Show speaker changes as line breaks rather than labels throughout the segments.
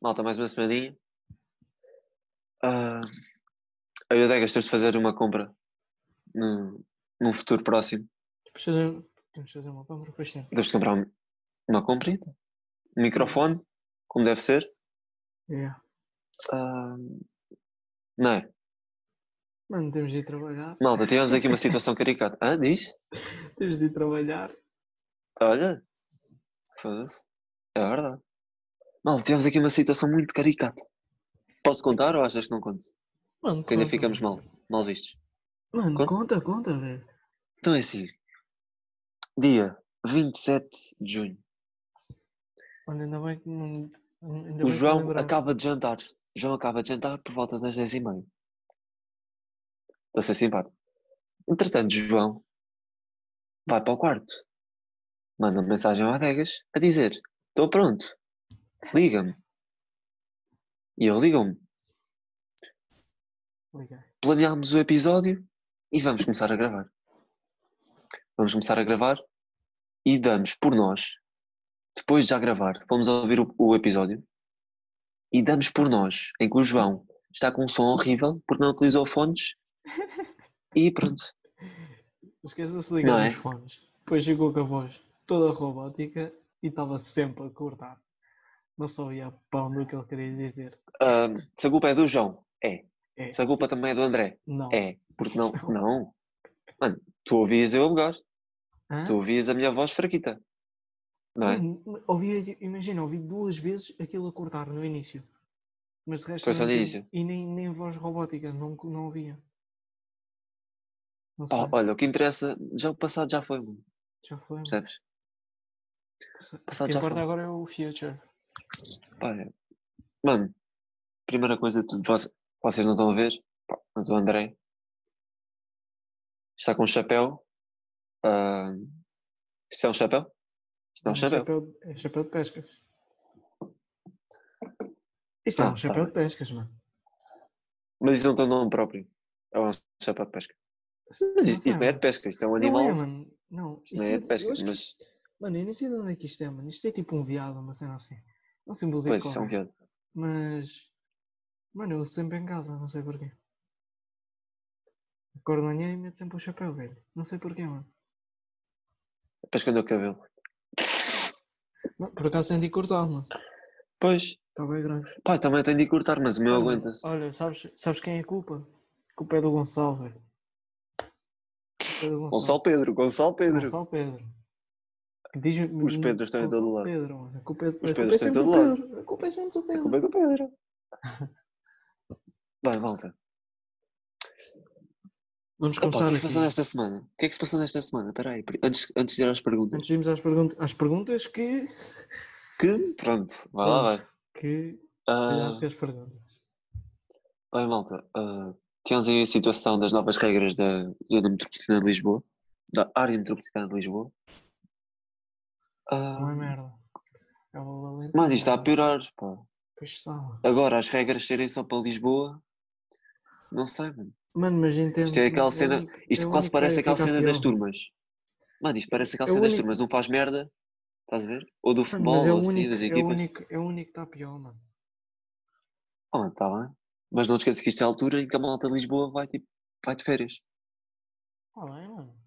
Malta, mais uma semaninha. Ah, eu e o Degas temos de fazer uma compra num, num futuro próximo.
Temos de fazer- um- temos de fazer uma compra para este ano.
Temos de comprar um- uma comprita, um microfone, como deve ser.
Yeah.
Ah, não é?
Mano, temos de ir trabalhar.
Malta, tivemos aqui uma situação caricata. Ah, diz?
Temos de ir trabalhar.
Olha, foda-se. É verdade. Malta, tivemos aqui uma situação muito caricata. Posso contar ou achas que não conto?
Mano,
Que ainda
conta.
ficamos mal, mal vistos.
Mano,
Conta.
conta, conta, velho.
Então é assim. Dia 27 de junho.
Mano, ainda bem que não. ainda bem que
O
me
João
lembrava.
acaba de jantar. O João acaba de jantar por volta das 10 e meia. Estou a ser simpático. Entretanto, João vai para o quarto. Manda uma mensagem ao Adegas a dizer: Estou pronto, liga-me. E ele liga-me.
Liga.
Planeámos o episódio e vamos começar a gravar. Vamos começar a gravar e damos por nós, depois de já gravar, fomos ouvir o, o episódio e damos por nós em que o João está com um som horrível porque não utilizou fones e pronto.
Esqueça-se de ligar
Não é?
os fones. Depois chegou com a voz toda robótica e estava sempre a cortar. Não sabia a pão do que ele queria dizer.
Ahm, se a culpa é do João, é.
É.
Se a culpa também é do André,
Não.
é. Porque não, não. Mano, tu ouvias eu a bugar,
Hã?
tu ouvias a minha voz fraquita, não é?
Mano, ouvi- imagina, ouvi duas vezes aquilo a cortar no início. Mas de resto.
Foi só
não
no
tive-
início?
E nem, nem voz robótica, não, não ouvia. Não sei,
Pá, olha, o que interessa, já o passado já foi, mano,
já foi. mano.
percebes?
O
Passado Então
que
já
importa
foi.
agora é o future.
Pá, é. Mano, primeira coisa, de tudo, voce- vocês não estão a ver, pá, mas o André está com um chapéu. ah, isto é um chapéu? Isto não é um
É
chapéu.
É chapéu de pescas. Isto é
Ah,
um
tá
chapéu
bem.
de pescas, mano.
Mas isso não tem nome próprio. É um chapéu de pesca. Mas isto, isto não é de pesca, isto é um
Não é,
animal.
mano. Não.
Isto não é de pesca,
eu acho que
mas
Mano, eu nem sei de onde é que isto é, mano. Isto é tipo um viado, uma cena assim. Não simboliza
pois, isso é um viado.
Mas. Mano, eu uso sempre em casa, não sei porquê. Acordo de manhã e meto sempre o chapéu, velho. Não sei porquê, mano.
Para esconder o cabelo.
Não, por acaso senti cortar, mano.
Pois,
Está bem grande.
pá, também tenho de cortar, mas o meu aguenta-se.
Olha, sabes, sabes quem é a culpa? A culpa é do Gonçalo, velho. A culpa é do
Gonçalo Pedro, Gonçalo Pedro.
Gonçalo Pedro. Que diz-
Os Pedros estão em todo
Gonçalo
lado.
Pedro, mano. A culpa é,
Os
a culpa
Pedros estão
é
em
sempre do
todo lado.
Pedro. A culpa é sempre do Pedro.
Como é que o Pedro? Vai, volta.
Vamos
Opa, o
começar
que é que se passou
aqui.
nesta semana? O que é que se passou nesta semana? Espera aí, pri- antes, antes de ir às perguntas.
Antes de irmos às, pergun- às perguntas que...
Que, pronto, vai
Hum.
lá, vai.
Que...
Ah,
Cuidado com as perguntas.
bem, malta, ah, temos aí a situação das novas regras da zona metropolitana de Lisboa, da área metropolitana de Lisboa. Ah,
Não é merda. É uma valente.
mano, isto está a
merda.
piorar, pá.
Pois está, mano.
Agora, as regras serem só para Lisboa, não sei, mano.
Mano, mas entendo.
Isto é aquela cena- Isto
o
quase
único que
parece
vai
aquela
ficar
cena das
pior.
turmas. Mano, isto parece aquela
É o
cena das
único-
turmas. Um faz merda, estás a ver? Ou do
Mano, mas
futebol,
é o
ou assim,
único,
das
é o
equipas.
único, é o único que está pior, mano.
Ah, tá bem. Mas não te esqueças que isto é a altura em que a malta de Lisboa vai, tipo, vai de férias.
Está bem, é, mano.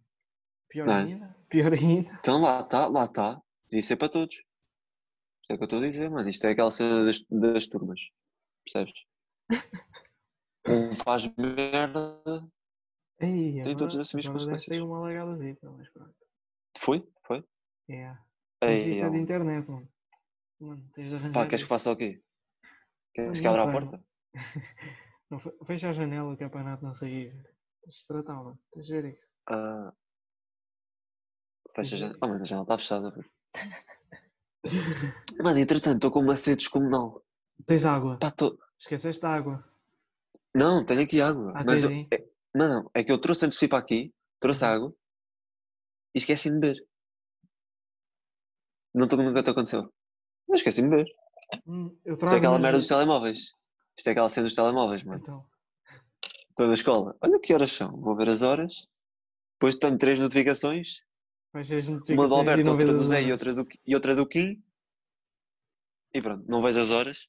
Pior
Não é?
ainda. Pior ainda.
Então lá está, lá está. Devia ser para todos. Isto é o que eu estou a dizer, mano. Isto é aquela cena das, das turmas. Percebes? Um faz merda.
Ei,
Tem todos
agora-
as mesmas
agora deve ter
consequências.
uma lagadazita, mas pronto.
Foi? Foi?
É. Mas
Ei,
isso é de
ó.
internet, mano. Mano, tens de arranjar.
Pá, queres
isso.
que faça o quê? Queres
Não
que abra a
sei,
porta?
Não, fe- fecha a janela que é para nada não sair. Tens de se tratar, mano. Tens de ver isso.
Ah, fecha a
Sim,
janela.
sim.
Ah, mano, a janela está fechada. pô. Mano, entretanto, estou com uma sede descomunal.
Tens água.
Pá, tô...
Esqueceste da água.
Não, tenho aqui água.
Ah,
mas
tens
eu-
aí. Uhum.
Mano, é que eu trouxe antes de ir para aqui, trouxe água e esqueci de beber. Não estou nunca te aconteceu. Mas esqueci de beber.
Hum, eu
Isto é
trago
aquela
umas-
merda dos telemóveis. Isto é aquela cena dos telemóveis, mano.
Então,
Estou na escola. Olha que horas são. Vou ver as horas. Depois tenho três notificações.
mas as
Uma
notificações
do
e
Alberto,
não
outra
vês
do
as
Zé
horas.
e outra do, e outra do Kim. E pronto, não vejo as horas.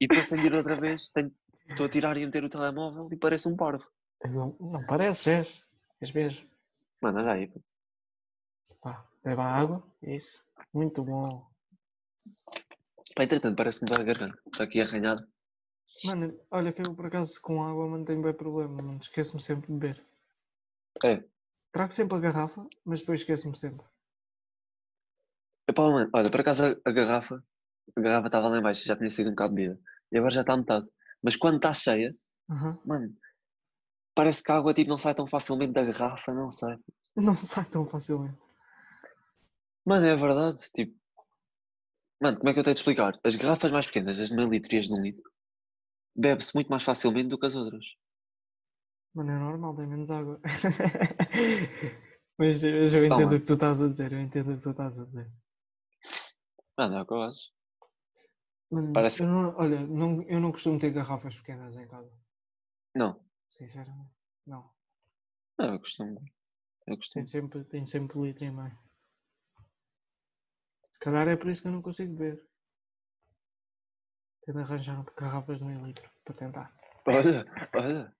E depois tenho de ir outra vez. tenho- Estou a tirar e a meter o telemóvel e parece um parvo.
Não, não parece, és. És mesmo.
Mano, olha aí. pô.
Pá, beba água, é isso. Muito bom.
Pá, entretanto, parece-me a garganta. Está tá aqui arranhado.
Mano, olha que eu por acaso com água mano, tenho bem problema, mano. Esqueço-me sempre de beber.
É.
Trago sempre a garrafa, mas depois esqueço-me sempre.
Epá, mano, olha, por acaso a, a garrafa, a garrafa estava lá em baixo, já tinha sido um bocado de bebida. E agora já está a metade. Mas quando está cheia,
Aham.
mano, parece que a água tipo, não sai tão facilmente da garrafa, não sei.
Não sai tão facilmente.
Mano, é verdade, tipo. Mano, como é que eu tenho de explicar? As garrafas mais pequenas, as de meio litro e as de um litro, bebe-se muito mais facilmente do que as outras.
Mano, é normal, tem menos água. mas, mas eu
Então,
entendo
mano.
o que tu estás a dizer, eu entendo o que tu estás a dizer.
Mano, é o que eu acho.
Mano,
Parece-
eu não, olha, não, eu não costumo ter garrafas pequenas em casa.
Não,
Sinceramente, não.
não, eu costumo. Eu costumo.
Tenho sempre, tenho sempre litro e meio. Se calhar é por isso que eu não consigo beber. Tendo arranjar garrafas de meio litro para tentar.
Olha, olha.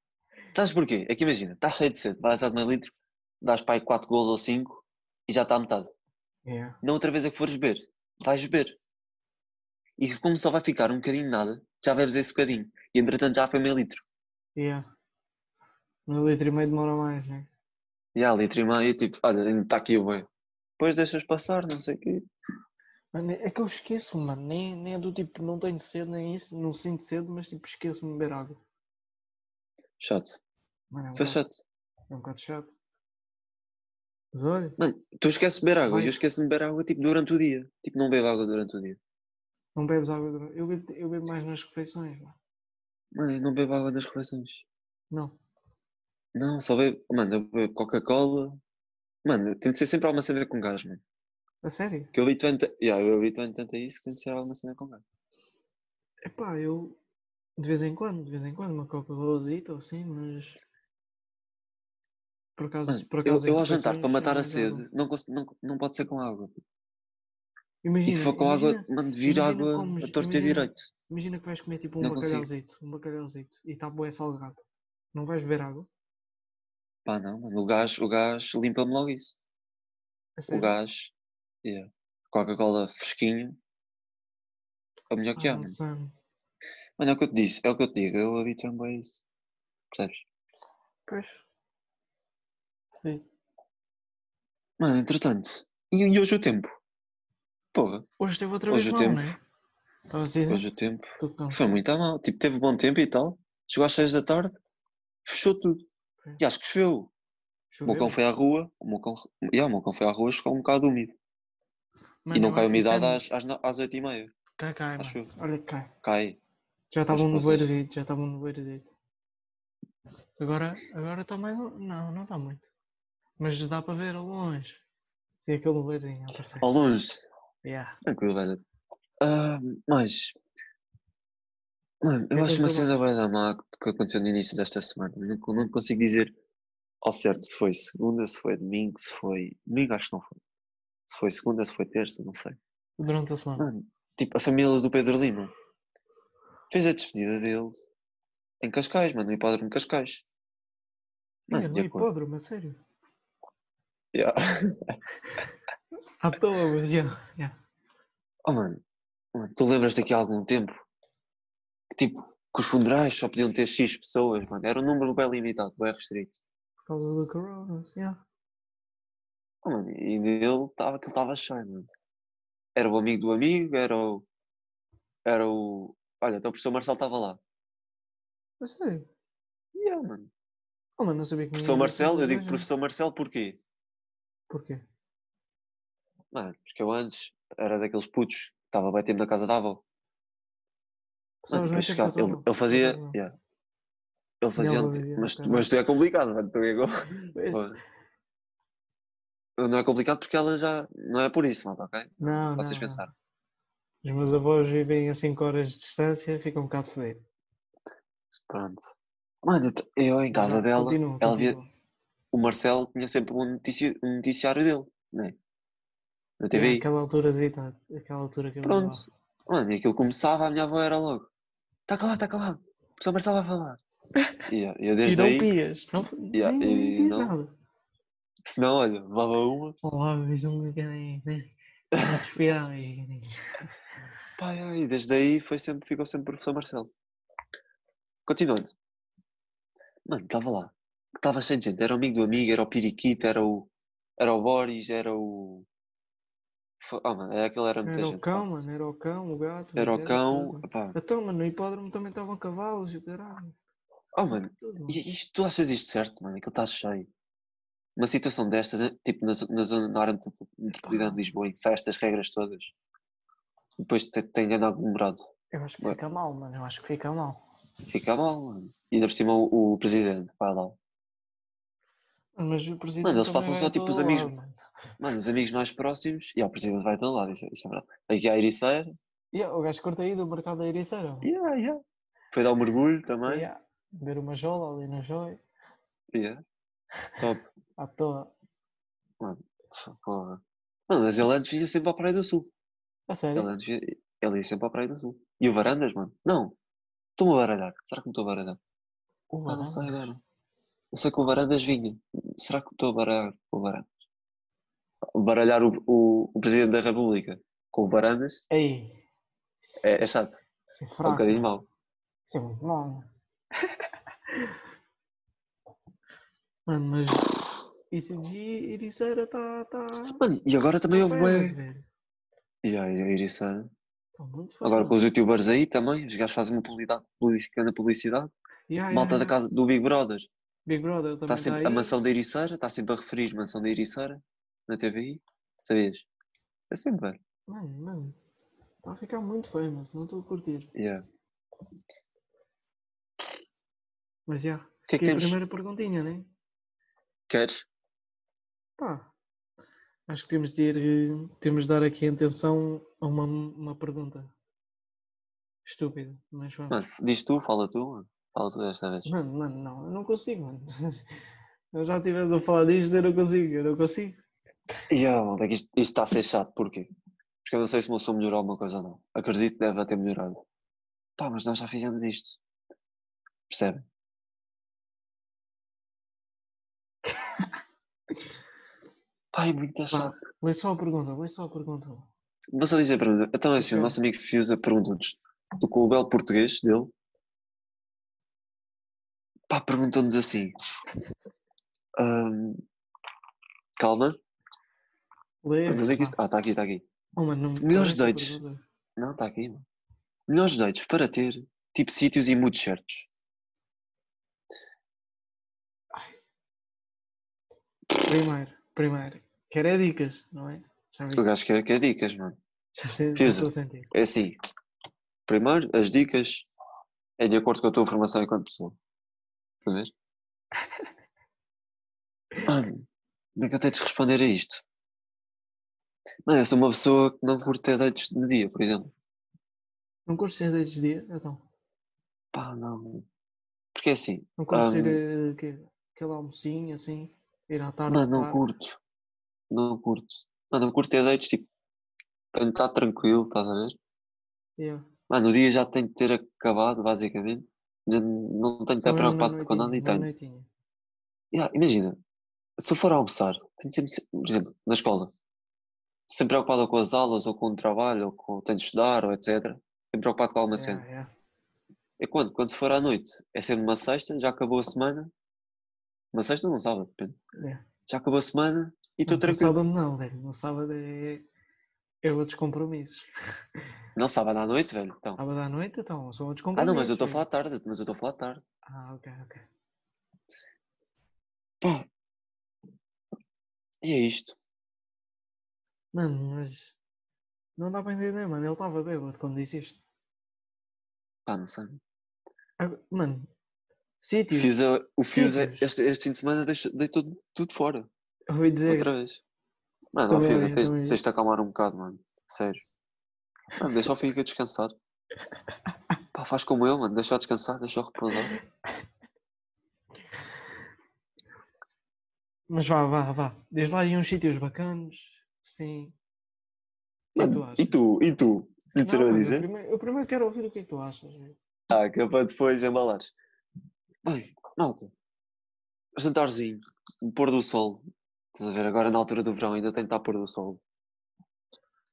Sabes porquê? É que imagina, estás cheio de sede, vais à de meio litro, dás para aí 4 gols ou 5 e já está a metade.
É.
na outra vez é que fores beber, vais beber. E como só vai ficar um bocadinho de nada, já bebes esse bocadinho. E entretanto já foi meio litro.
É. Meio Um litro e meio demora mais, né?
E há litro e meio, tipo, olha, ainda está aqui o bem. Depois deixas passar, não sei o quê.
Mano, é que eu esqueço, mano. Nem, nem é do tipo, não tenho sede, nem isso, não sinto sede, mas tipo, esqueço-me de beber água.
Chato.
Mano, é um,
Isso é
bocado,
chato.
é um bocado chato. Mas olha,
Mano, tu esqueces de beber água. E
Bem.
eu esqueço de beber água, tipo, durante o dia. Tipo, não bebo água durante o dia.
não bebes água durante. Eu bebo, eu bebo mais nas refeições, mano.
Mano, eu não bebo água nas refeições.
Não.
Não, só bebo... Mano, eu bebo Coca-Cola. Mano, tem de ser sempre alguma cena com gás, mano.
A sério?
Que eu habituo-me tanto... Yeah, eu habituo-me tanto a isso que tem de ser alguma cena com gás.
Epá, eu de vez em quando, de vez em quando, uma Coca-Colazita ou assim, mas por acaso,
Mano,
por
eu,
acaso em
eu ao jantar,
refeições
para
é
matar a
mais água.
sede, não, consigo- não, não pode ser com água.
Imagina,
E se for com água,
imagina,
mano, vir
imagina
água
comes-
a torto e a
imagina-
direito.
imagina que vais comer tipo um
Não consigo.
bacalhauzito, um bacalhauzito e está bué salgado. Não vais beber água?
Pá, não, mano, o gás, o gás limpa-me logo isso.
A
O
sério?
gás, yeah. Coca-Cola fresquinho, a melhor é que
Ah,
há,
não
mano.
sei.
Mano, é o que eu te disse, é o que eu te digo, eu habituo-me bem a isso. Percebes?
Pois. Sim.
Mano, entretanto, e, e hoje o tempo? Porra,
Hoje teve outra vez
Hoje o
mal,
tempo-
não é? Estava a dizer,
hoje o tempo
tu que não.
foi muito a mal. Tipo, teve bom tempo e tal, chegou às 6 da tarde, fechou tudo. E acho que choveu. O meu
É. Choveu.
cão foi à rua, o meu cão, yeah, o meu cão foi à rua, ficou um bocado úmido.
Mano,
e não
eu
cai
acho que isso é-
umidade às, às, no- às 8h30.
Cai, cai,
acho
mano. Olha que cai.
Cai.
Já estava um
que vocês-
nevoeirozinho, já estava um nevoeirozinho. Agora agora está mais. um- Não, não está muito. Mas dá para ver ao longe. Tem aquele nevoeirozinho a aparecer.
Ao longe.
Yeah.
Tranquilo, velho. Ah, mas. Mano,
que
eu acho uma
aconteceu
cena bem da má que aconteceu no início desta semana. Não, co- não consigo dizer ao certo se foi segunda, se foi domingo, se foi. Domingo acho que não foi. Se foi segunda, se foi terça, não sei.
Durante a semana.
Mano, tipo, a família do Pedro Lima fez a despedida dele em Cascais, mano, no hipódromo de Cascais.
Olha,
Mano,
no
e a cor?
hipódromo, a sério.
Yeah.
À toa, mas já. já.
Oh, mano, mano, tu lembras daqui a algum tempo que tipo que os funerais só podiam ter X pessoas, mano. Era um número bem limitado, bem restrito.
Por causa do corona, já.
Oh, mano, e dele estava aquilo estava cheio, mano. Era o amigo do amigo, era o. Era o. Olha, até o professor Marcelo estava lá.
A sério.
Yeah, mano.
Oh, mas não sabia que
Professor
ninguém
Marcelo, eu
fazia
digo
hoje,
professor Marcelo porquê?
não. Porquê?
Mano, porque eu antes era daqueles putos que estava bem tempo na casa da avó. Mano,
Sabes, não
depois
sei
chegava-
por causa
ele,
do-
ele
por causa
fazia.
do-
yeah. Ele fazia.
avó
antes-
vivia no
Mas,
Canadá.
mas tu é complicado, mano. Tu é com-
Pois.
Pô. Não é complicado porque ela já. Não é por isso, malta, ok?
Não, não.
Vocês
não.
pensaram.
Os meus avós vivem a 5 horas de distância, fica um bocado fodido.
Pronto. Mano, eu t- eu em casa
Exato,
dela,
continua,
ela via-
continua.
o Marcelo tinha sempre um, notici- um noticiário dele, né? Na
É,
TV.
Aquela alturazita, aquela altura que eu
Pronto.
andava.
Mano, e aquilo começava, a minha avó era logo. Está calado, está calado. O pessoal Marcelo vai falar. E eu, eu
E
desde
não
aí,
pias. Não,
Yeah,
nem, nem
e
dizias
não.
nada.
se não, olha, levava uma.
Olá, mas não me querem. um nem- nem respirar, e- nem-
Pá, é, e desde aí foi sempre, ficou sempre o professor Marcelo. Continuando. Mano, estava lá. Estava cheio de gente. Era o amigo do amigo, era o Piriquito, era o, era o Boris, era o. Fo- Ah, mano, aquele era muita
Era o
gente.
cão,
pá.
mano, era o cão, o gato.
Era o
era
cão.
tudo.
pá.
Então, mano, no hipódromo também estavam cavalos e o caralho.
Oh, mano,
Tudo.
e- e isto, tu achas isto certo, mano? Aquilo está cheio. Uma situação destas, eh, tipo na, zo- na zona, na área metropo- metropolitana de Lisboa, em que saem estas regras todas. Depois te- tem um grande aglomerado.
Eu acho que
Ué.
fica mal, mano, eu acho que fica mal.
Fica mal, mano. E ainda por cima o, o presidente, vai lá.
Mas o presidente.
Mano, eles
também
passam
vai
só,
a
tipo, os
todo
amigos-
lado, mano.
Mano, os amigos mais próximos. E ah, o presidente vai a todo lado, isso, isso é verdade. Aqui há a Ericeira.
Yeah, o gajo corta aí do mercado da Ericeira. mano.
Yeah, yeah. Foi dar um mergulho também.
Yeah. Ver uma jola ali na joia,
Yeah. Top.
à toa.
Porra. Mano, mas ele antes vinha sempre à Praia do Sul.
A sério?
Ele, é antes ia, ele ia sempre à Praia do Sul. E o Varandas, mano? Não. Estou-me a baralhar. Será que me estou a baralhar?
O
Ah, não
Varandas?
sei agora. Eu sei que o Varandas vinha. Será que estou a baralhar o Varandas? Baralhar o, o, o Presidente da República com o Varandas
Ei,
é, é chato.
isso é
É um
fraco.
bocadinho
mano.
mau.
Isso é muito mal, mano. mano, mas. Isso de Ericeira está. Tá...
Mano, e agora também houve bué.
Está
E aí, a Iriçana.
Tá muito feio.
ah, Agora com
mano.
os youtubers aí também, os gajos fazem uma publicidade, publicidade, publicidade.
Yeah, yeah,
Malta da
yeah.
casa do Big Brother.
né? Big Brother Ah, é. também
Está
está
sempre
aí.
a mansão da Ericeira, está sempre a referir mansão da Ericeira na TVI. Sabias? É sempre, velho.
Mano, mano. Está a ficar muito feio, mas não estou a curtir.
Yeah.
Mas já. Yeah,
que é que
fiquei a
temos?
primeira perguntinha, né?
Queres?
Pá. Acho que temos de ir. eh, Temos de dar aqui atenção a uma, uma pergunta. Estúpida, mas vamos.
Mano, diz tu, fala tu, mano. Fala tu desta vez.
Mano, mano, não, eu não consigo, mano. Nós já estivemos a falar disto, eu não consigo, eu não consigo.
Yeah, mano, é que isto, isto está a ser chato, porquê? Porque eu não sei se o meu som melhorou alguma coisa ou não. Acredito que deve ter melhorado. Pá, mas nós já fizemos isto. Percebem? Pá, é muito chato.
Lê só a pergunta, lê só a pergunta.
Vou só dizer a pergunta. Então é assim, o
Ok.
nosso amigo Fiusa perguntou-nos do com o belo português dele. Pá, perguntou-nos assim. ahm, calma,
Lê.
onde é que
pá.
isto- Ah, está aqui, está aqui.
Oh, mano, não me
Melhores
lê essa
dates.
pergunta.
Não, está aqui. Mano. Melhores dates para ter, tipo sítios e moods certos.
Primeiro, primeiro. Quer é dicas, não é? Já
O
vi.
gajo quer, quer é dicas, mano.
Já sei, já
Fiz.
estou a sentir.
É assim. Primeiro, as dicas é de acordo com a tua formação enquanto pessoa. Estás a ver? Mano, como é que eu tenho de responder a isto? Mano, eu sou uma pessoa que não curte ter dates de dia, por exemplo.
Não curtes ter dates de dia? Então.
Pá, não. Porque é assim.
Não curtes ter
Ahm.
eh, quê? aquele almocinho assim? Ir à tarde.
Mano, não
pá.
curto. Não curto. Mano, eu curto ter dates, tipo, tenho de estar tranquilo, estás a ver?
Yeah.
Mano, o dia já tem de ter acabado, basicamente. Já não tenho de estar
Só mesmo né? uma
preocupado com nada e
noitinha,
tenho.
uma noitinha.
Ya, imagina, se eu for almoçar, tenho sempre, se- por exemplo, na escola, sempre preocupado com as aulas, ou com o trabalho, ou com tenho de estudar, ou etc. Sempre preocupado com alguma
Yeah,
cena.
yeah.
É quando? Quando se for à noite, é sempre uma sexta, já acabou a semana. Uma sexta ou um sábado, depende.
Yeah.
Já acabou a semana e estou
Mano,
tranquilo.
No sábado não, um velho. No sábado é, é outros compromissos.
Não, sábado à noite, velho. Então.
Sábado à noite, então, são outros
Ah,
compromissos.
não, mas eu estou a
velho.
falar tarde, mas eu estou a falar tarde.
Ah, ok, ok.
Pá. E é isto.
Mano, mas. Não dá para entender, mano. Ele estava bêbado quando disse isto.
Pá, não sei.
Ag- Mano, sítio.
Fiusa- o Fiusa,
Sítios.
este, este fim de semana, deixou- deitou tudo fora.
Eu ouvi dizer.
Outra vez. Mano,
Também
ó, Fiusa,
eu
tens,
também.
tens de te acalmar um bocado, mano. Sério. Mano, deixa o Fica descansar. Pá, faz como eu, mano. Deixa o descansar, deixa o repousar.
Mas vá, vá, vá. Desde lá iam uns sítios bacanos. Sim. O que é que tu
Mano,
achas?
e tu? E tu? Não te
Não,
disseram a
mas eu
dizer?
primeiro- Eu primeiro quero ouvir o que é que tu achas. né?
Ah, que é para depois embalares. Bem, malta. Jantarzinho. o Pôr do sol. Estás a ver? Agora na altura do verão ainda tem de estar pôr do sol.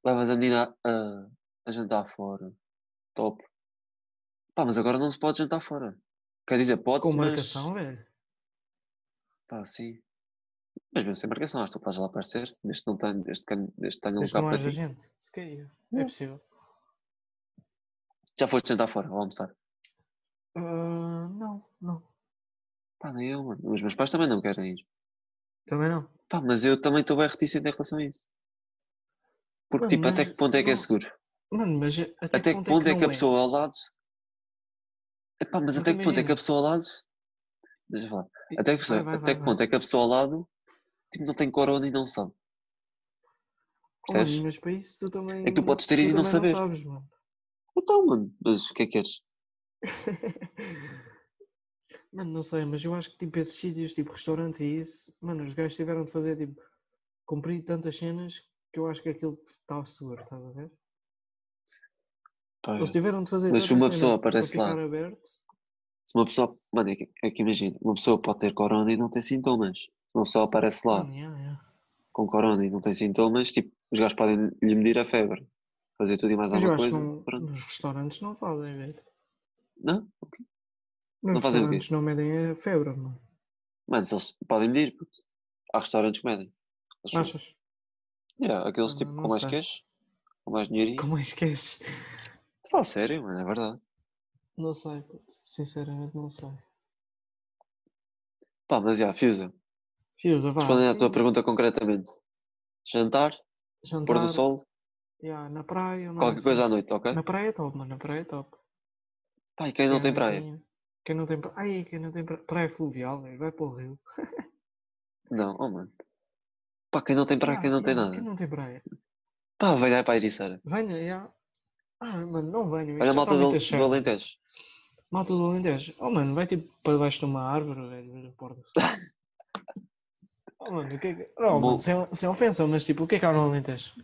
Levas a menina a, a jantar fora. Top. Pá, mas agora não se pode jantar fora. Quer dizer,
Com
pode-se, mas...
marcação, velho.
Pá, sim. Mas mesmo sem marcação, acho que tu podes lá aparecer. Desde que não tenha, desde que, desde que tenha um
Desde que
lugar
não
para
haja
ti.
gente. Se cair. É
Não.
possível.
Já foste jantar fora, ou almoçar.
Ah, não, não.
Pá, nem eu, mano. Os meus pais também não querem ir.
Também não.
Pá, mas eu também estou bem reticente em relação a isso. Porque,
Mano,
tipo, até
mas
que ponto é que é
não-
seguro?
Mano, mas até,
Até que ponto é que
não
a pessoa ao lado. Epá, mas
Mas
até que ponto é que
imagina.
a pessoa ao lado. Deixa eu falar. Até que,
Vai, vai,
até
vai,
que
vai.
ponto é que a pessoa ao lado. Tipo, não tem corona e não sabe.
Oh, mano,
percebes?
mas para isso tu também.
É que tu podes ter ido e não saber.
também sabes, mano.
Então, mano, mas o que é que queres?
Mano, não sei, mas eu acho que tipo esses sítios, tipo restaurantes e isso, mano, os gajos tiveram de fazer tipo cumprir tantas cenas que eu acho que aquilo estava seguro, estás a ver?
Pá,
Eles tiveram de fazer
Mas tipo, se
tantas
uma pessoa
cenas para
aparece lá-
ficar aberto.
Se uma pessoa. Mano, é que, é que imagina, uma pessoa pode ter corona e não tem sintomas. Se uma pessoa aparece lá
Mano, yeah, yeah.
com corona e não tem sintomas, tipo, os gajos podem lhe medir a febre, fazer tudo e mais
Mas eu
alguma
acho
coisa.
que não-
Pronto.
nos restaurantes não fazem, velho.
Não?
Nos
Não fazem o quê?
restaurantes não medem a febre, mano.
Mano, se eles podem medir, puto. Há restaurantes que medem. Eles são-
Achas?
Yeah, aqueles
Mano,
tipo
Ah. não
com mais
sei.
queixo, com mais dinheirinho.
Como é que és?
Fala sério, mano, é verdade.
Não sei, puto. sinceramente não sei.
Pá, Tá, mas já, Fiusa,
Fios, vá.
respondendo à tua
sim,
pergunta concretamente. Jantar, pôr
jantar,
do sol,
yeah, na praia, uma
qualquer
merda
coisa
assim.
à noite, ok?
Na praia é top, mano, na praia é top.
Pá, e quem não
Quem
tem praia?
tem- Quem não tem praia. Ai, quem não tem praia. Praia fluvial, velho, vai para o rio.
Não, oh mano. Pá, quem não tem praia,
Ah,
quem não tem
yeah,
nada.
Quem não tem praia.
Pá, velho, é para a Ericeira.
Venha, já. Ah, mano, não venha. isto
Olha
já
a malta
está
do,
muito
do
chato.
Alentejo.
Malta do Alentejo. Oh, mano, vai tipo para baixo de uma árvore, velho, ver a porta. oh, mano, o que é que.
Bom.
Não, mano, sem, sem ofensa, mas tipo, o que é que há no Alentejo?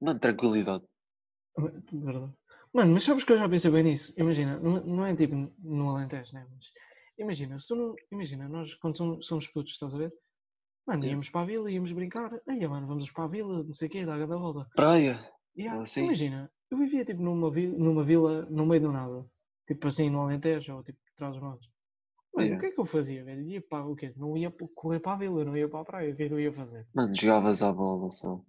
Mano, tranquilidade.
De Verdade. Mano, mas sabes que eu já pensei bem nisso? Imagina, não, não é tipo no Alentejo, né? Mas imagina, se tu não, imagina, nós quando somos, somos putos, estás a ver? Mano,
Yeah.
íamos para a vila, íamos brincar, aí, mano, vamos para a vila, não sei o quê, dar a grande volta.
Praia.
E há-
Ah, sim.
Imagina, eu vivia tipo numa, vi numa vila no meio do nada, tipo assim, no Alentejo ou tipo atrás dos montes. Mano,
Yeah.
o que é que eu fazia, velho? Ia para o quê? Não ia pa- correr para a vila, não ia para a praia, o que é que eu ia fazer?
Mano, jogavas à bola só.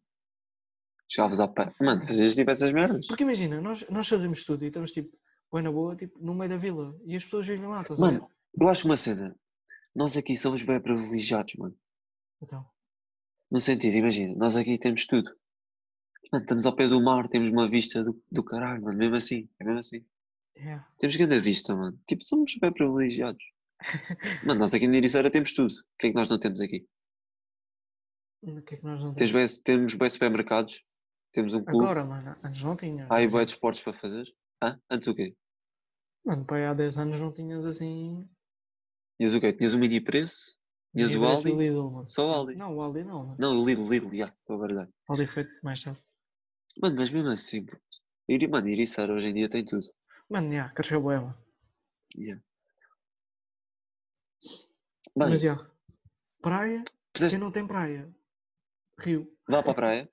Jogavas à pé. Mano, fazias tipo essas merdas.
Porque imagina, nós, nós fazemos tudo e estamos tipo, bem na boa, tipo, no meio da vila, e as pessoas vivem lá, estás a ver?
Mano, eu acho uma cena. Nós aqui somos bem privilegiados, mano.
Então,
No sentido, imagina, nós aqui temos tudo. Mano, estamos ao pé do mar, temos uma vista do, do caralho, mano. Mesmo assim, é mesmo assim.
é.
Temos grande vista, mano. Tipo, somos bem privilegiados. Mano, nós aqui na Ericeira temos tudo. O que é que nós não temos aqui?
O que é que nós não
Tens
temos?
bué- temos bem supermercados, temos um clube,
Agora, mano, antes não tinha.
há aí bem de esportes para fazer. Hã? Antes o quê?
Mano, pai, há 10 anos não tinhas assim.
Tinhas o quê? Tinhas o mini preço? Tinhas o
Direto do
Aldi?
Lidl, mano.
Só o Aldi?
Não, o Aldi não, mano.
Não, o Lidl, Lidl, já, estou a verdade.
Aldi foi mais tarde.
Mano, mas mesmo assim, puto, Iri- mano, Iriçara hoje em dia tem tudo.
Mano, já, cresceu bué, mano.
Yeah. Bem,
Mas já. Praia,
puseste-
quem não tem praia. Rio.
vá para a praia?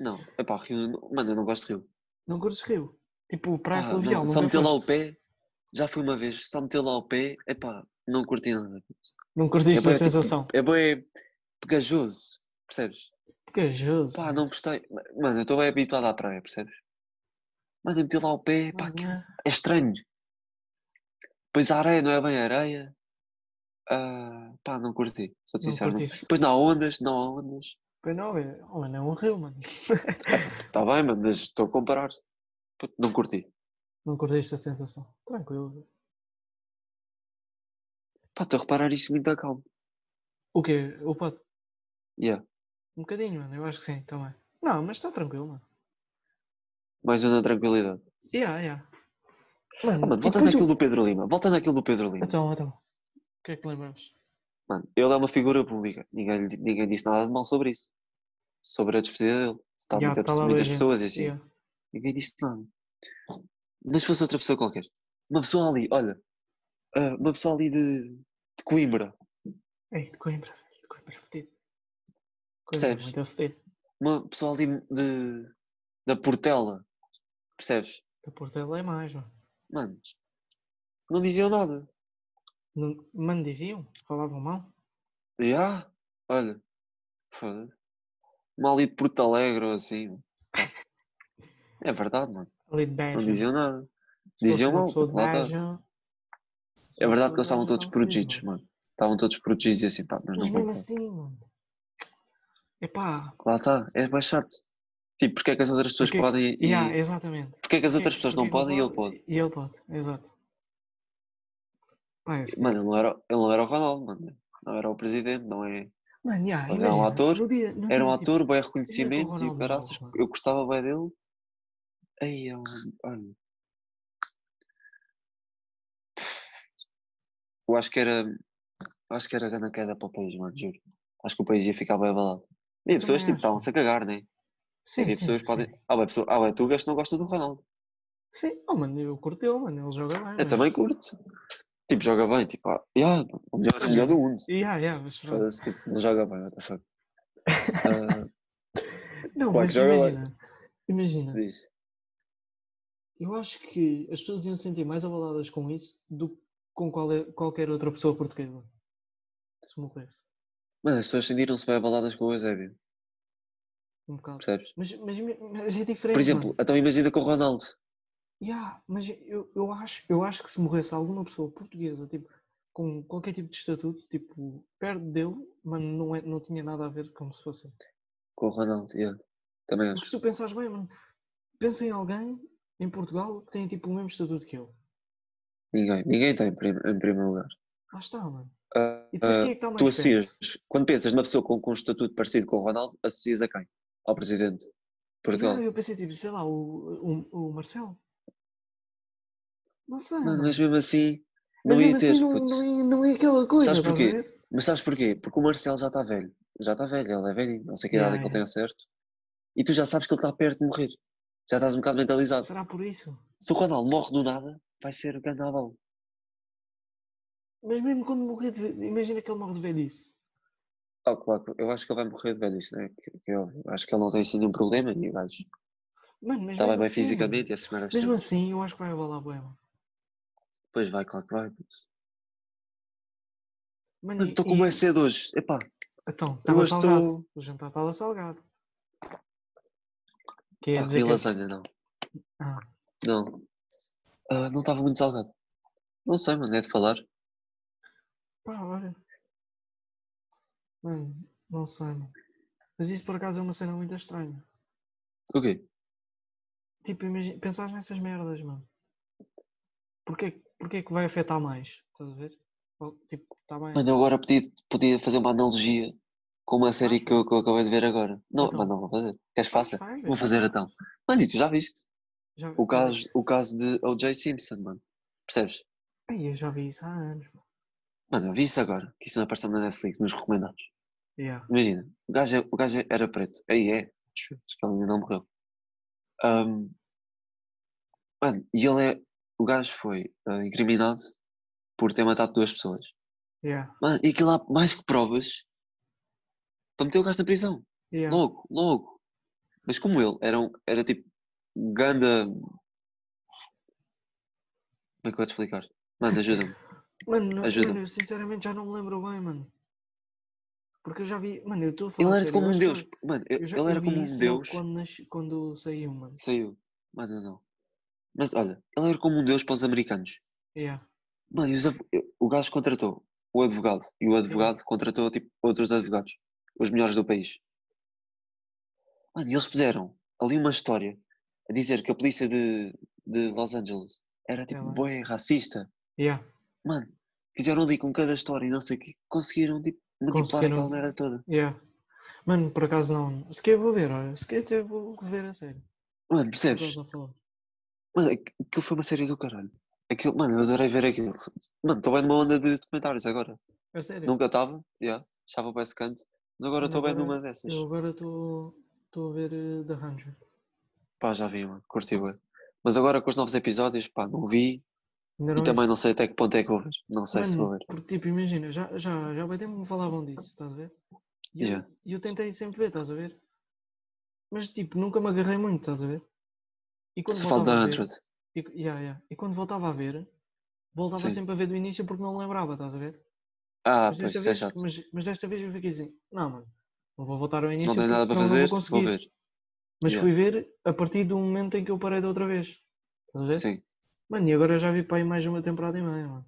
Não, é pá, Rio, não- mano, eu não gosto de Rio.
Não curtes rio. Tipo, praia
Pá,
fluvial.
Ah, não, só
nunca
meter lá o
foste.
pé, já fui uma vez, só meter lá o pé, é pá, não curti nada.
Não curtiste
bué,
a
tipo,
sensação.
É bem pegajoso, percebes?
Pegajoso.
tipo, Pá, não gostei. Ma- Mano, eu estou bem habituado à praia, percebes? Mano, eu meti lá o pé, pá,
Mano,
aquilo
é.
é estranho. Pois a areia não é bem areia. Ah, pá, não curti, sou
Não
sincero. não-
curtiste.
Pois não há ondas, não há ondas.
Pois não, velho. Oh, mano, é um rio, mano.
Está Tá bem, mano, mas estou a comparar. Puto, Não curti.
Não curtiste a sensação. Tranquilo, velho.
Pá, estou a reparar isso muito a calma.
O quê? O pato?
Yeah.
tá Um bocadinho, mano. Eu acho que sim, também. Não, mas está tranquilo, mano.
mais uma tranquilidade.
Yeah, yeah. Mano,
Ah, mano,
Hum,
voltando
e depois o-
àquilo do Pedro Lima, voltando àquilo do Pedro Lima.
Então, então. O que é que lembramos?
Mano, ele é uma figura pública. Ninguém, lhe- ninguém disse nada de mal sobre isso. Sobre a despedida dele. Se está
Já,
muita-
tá lá
muitas
bem,
pessoas e assim.
Yeah.
Ninguém disse nada. Mas se fosse outra pessoa qualquer. Uma pessoa ali, olha. ah, Uma pessoa ali de, de Coimbra.
Ei, de Coimbra, de Coimbra fedido. Coimbra é
Percebes?
muito fedido.
Uma pessoa ali de, da Portela. Percebes?
Da Portela é mais, mano.
Mano, não diziam nada.
Não- Mano, diziam, falavam mal.
Já? Olha. Foda-se. Uma ali de Porto Alegre ou assim. pá. É verdade, mano.
Ali de Beja.
Não diziam nada.
É, Se fosse
diziam
uma
mal,
pessoa de
lá tá.
Beja-
É verdade que eles
Se fosse uma pessoa
estavam
de Beja,
todos
tava fedido,
protegidos,
mano.
mano. Estavam todos protegidos e assim, pá, mas
Mas
não
mesmo
vou. pá.
assim, mano. Epá.
Lá está, é mais chato. Tipo, porque é que as outras pessoas
Porque-
podem e
Yeah, exatamente.
porque é que as
Porquê-
outras pessoas
porquê
não
que
podem e ele pode?
E ele pode, exato. Pá, é f-
Mano, ele não era, ele não era o Ronaldo, mano. Não era o presidente, não é?
Mano, yeah,
Mas era um
imagina,
ator,
no dia- no
Era um
dia, tipo,
ator, bem
o
reconhecimento e o
Ronaldo
caraças,
morre, mano.
eu gostava bem dele. Aí, eu- olha. Eu acho que era. eu Acho que era grande queda para o país, mano, juro. Acho que o país ia ficar bem abalado. E as pessoas, tipo,
Também acho,
estavam-se a cagar, né?
Sim,
Havia
sim,
pessoas que
sim.
podem. Ah, bem, pessoa... ah, bem, tu gajo não gosta do Ronaldo.
Sim, oh, mano, eu curto ele, mano, ele joga bem.
Eu
mas-
também curto. Tipo, joga bem, tipo, ah, yeah, o melhor, o melhor do mundo.
Yeah, yeah, mas pronto.
Foda-se, tipo, não joga bem, what the fuck. Ah,
Não,
Pá, é que
mas
joga bem.
imagina, imagina,
diz.
eu acho que as pessoas iam se sentir mais abaladas com isso do que com qual- é, qualquer outra pessoa portuguesa. Se morresse,
Mano, as pessoas sentiram-se bem abaladas com o Eusébio,
um bocado.
percebes?
Mas, mas, mas é diferente,
Por exemplo,
mano.
então imagina com o Ronaldo.
Yeah, mas eu, eu, acho, eu acho que se morresse alguma pessoa portuguesa, tipo, com qualquer tipo de estatuto, tipo, perto dele, mano, não, é, não tinha nada a ver como se fosse. ele.
Com o Ronaldo, yeah. Também acho.
Porque se tu pensares bem, mano, pensa em alguém em Portugal que tem tipo o mesmo estatuto que ele.
Ninguém. Ninguém tem em prim- em primeiro lugar.
Lá está, mano.
Ah,
E depois
ah,
quem é que está mais
tu
perto?
associas, quando pensas numa pessoa com, com um estatuto parecido com o Ronaldo, associas a quem? Ao presidente. de Portugal.
Não, eu pensei tipo, sei lá, o, o, o Marcelo. Não sei.
Mano,
mano.
mas mesmo assim,
Mas
não ia
mesmo
ter.
assim, não,
puto.
não, é, não é aquela coisa.
Sabes
estás a
porquê?
ver?
Mas sabes porquê? Porque o Marcelo já está velho. Já está velho, ele é velho, não sei que idade
Ya,
é que ele
ya.
tem ao certo. E tu já sabes que ele está perto de morrer. Já estás um bocado mentalizado.
Será por isso?
Se o Ronaldo morre do nada, vai ser o grande abalo.
Mas mesmo quando morrer, de ve- imagina que ele morre de velhice.
Ah, claro, eu acho que ele vai morrer de velhice, né? Que, que eu acho que ele não tem assim nenhum problema e o gajo
Mano, mas
está Tá bem,
mesmo
bem
assim, mano.
fisicamente e essas merdas.
Mesmo
todas.
assim, eu acho que vai abalar bué, mano.
Pois vai, claro que vai. puto.
Mano,
Mano, estou
e-
com
e-
mais cedo hoje. Epá,
Então,
eu
estava
hoje
salgado.
estou.
O jantar estava salgado. Quer
Pá, comi
dizer que... é
lasanha, não.
Ah,
Não. Ah, não estava muito salgado. Não sei, mano, é de falar.
tipo, pá, olha. Mano, não sei, mano. Mas isso por acaso é uma cena muito estranha.
O quê?
Hum. Tipo, imagina, pensar nessas merdas, mano. Porquê, porquê que vai afetar mais? Estás a ver? Ou, tipo, está bem.
Mano, eu agora podia, podia fazer uma analogia com uma série que eu, que eu acabei de ver agora. Não,
Ah. Então.
mas não vou fazer. Queres que faça?
Vai,
é Vou fazer então. Mano, e tu já viste
é já-
o
já vi-
caso, o caso de O.J. Simpson, mano. Percebes?
Ai, eu já vi isso há anos. mano.
Mano, eu vi isso agora, que isso não apareceu na Netflix, nos recomendados.
Yeah.
Imagina, o gajo, é- o gajo era preto. Aí é, acho eu, acho que ele ainda não morreu. Ahm, mano, e ele é. O gajo foi ah, incriminado por ter matado duas pessoas.
Yeah.
Mano, e aquilo há mais que provas para meter o gajo na prisão.
Yeah.
Logo, logo. Mas como ele era, um, era tipo um ganda. Como é que eu vou te explicar? Mano, ajuda-me.
Mano, não-
Ajuda-me.
mano, eu sinceramente já não me lembro bem, mano. Porque eu já vi. Mano, eu estou a falar.
Ele
a
era
sério,
como
eu
um
acho que
deus.
eu-
Mano, eu-
eu já-
ele
eu
era
vi
como
isso
um
logo
deus.
Quando, nas- quando saiu, mano.
Saiu. Mano, não. Mas olha, ele era como um deus para os americanos.
Yeah.
Mano, e os adv- o gajo contratou o advogado. E o advogado contratou tipo, outros advogados. Os melhores do país. Mano, e eles puseram ali uma história a dizer que a polícia de, de Los Angeles era tipo
lá.
boé racista.
Yeah.
Mano, fizeram ali com cada história e não sei o que, conseguiram tipo, manipular
Conseguiram.
aquela merda toda.
Yeah. Mano, por acaso não. Se quer vou ver, olha. Se quer até vou ver a sério.
Mano,
que
percebes?
estás a falar.
Mano, aqu- aquilo foi uma série do caralho. Aquilo, mano, eu adorei ver aquilo. Mano, estou bem numa onda de documentários agora.
É sério?
Nunca estava, já, estava para esse canto, mas agora
Mano,
estou bem
agora
numa dessas.
é? Eu agora estou a ver eh, The Ranger.
Pá, já vi, mano, curti bué. Mas agora com os novos episódios, pá, não vi
Ainda
e
não
também
viste?
não sei até que ponto é que vou ver. Não sei se vou
Mano,
ver.
porque tipo, imagina, já, já, já bem tempo que me falavam disso, estás a ver? E eu-
Yeah.
e eu, tentei sempre ver, estás a ver? Mas tipo, nunca me agarrei muito, estás a ver? E quando
Se fala da
voltava a ver,
100.
e, yeah, yeah. e quando voltava a ver, voltava
Sim.
sempre a ver do início porque não lembrava, estás a ver?
Ah,
mas,
pois,
desta
isso é
vez,
chato.
mas, mas desta vez eu fiquei assim, não mano, não vou voltar ao início
Não tenho
porque
nada para
senão não
fazer,
vou
vou,
conseguir.
ver.
Mas
Yeah.
fui ver a partir do momento em que eu parei da outra vez. Estás a ver?
Sim.
Mano, e agora eu já vi para aí mais uma temporada e meia, mano.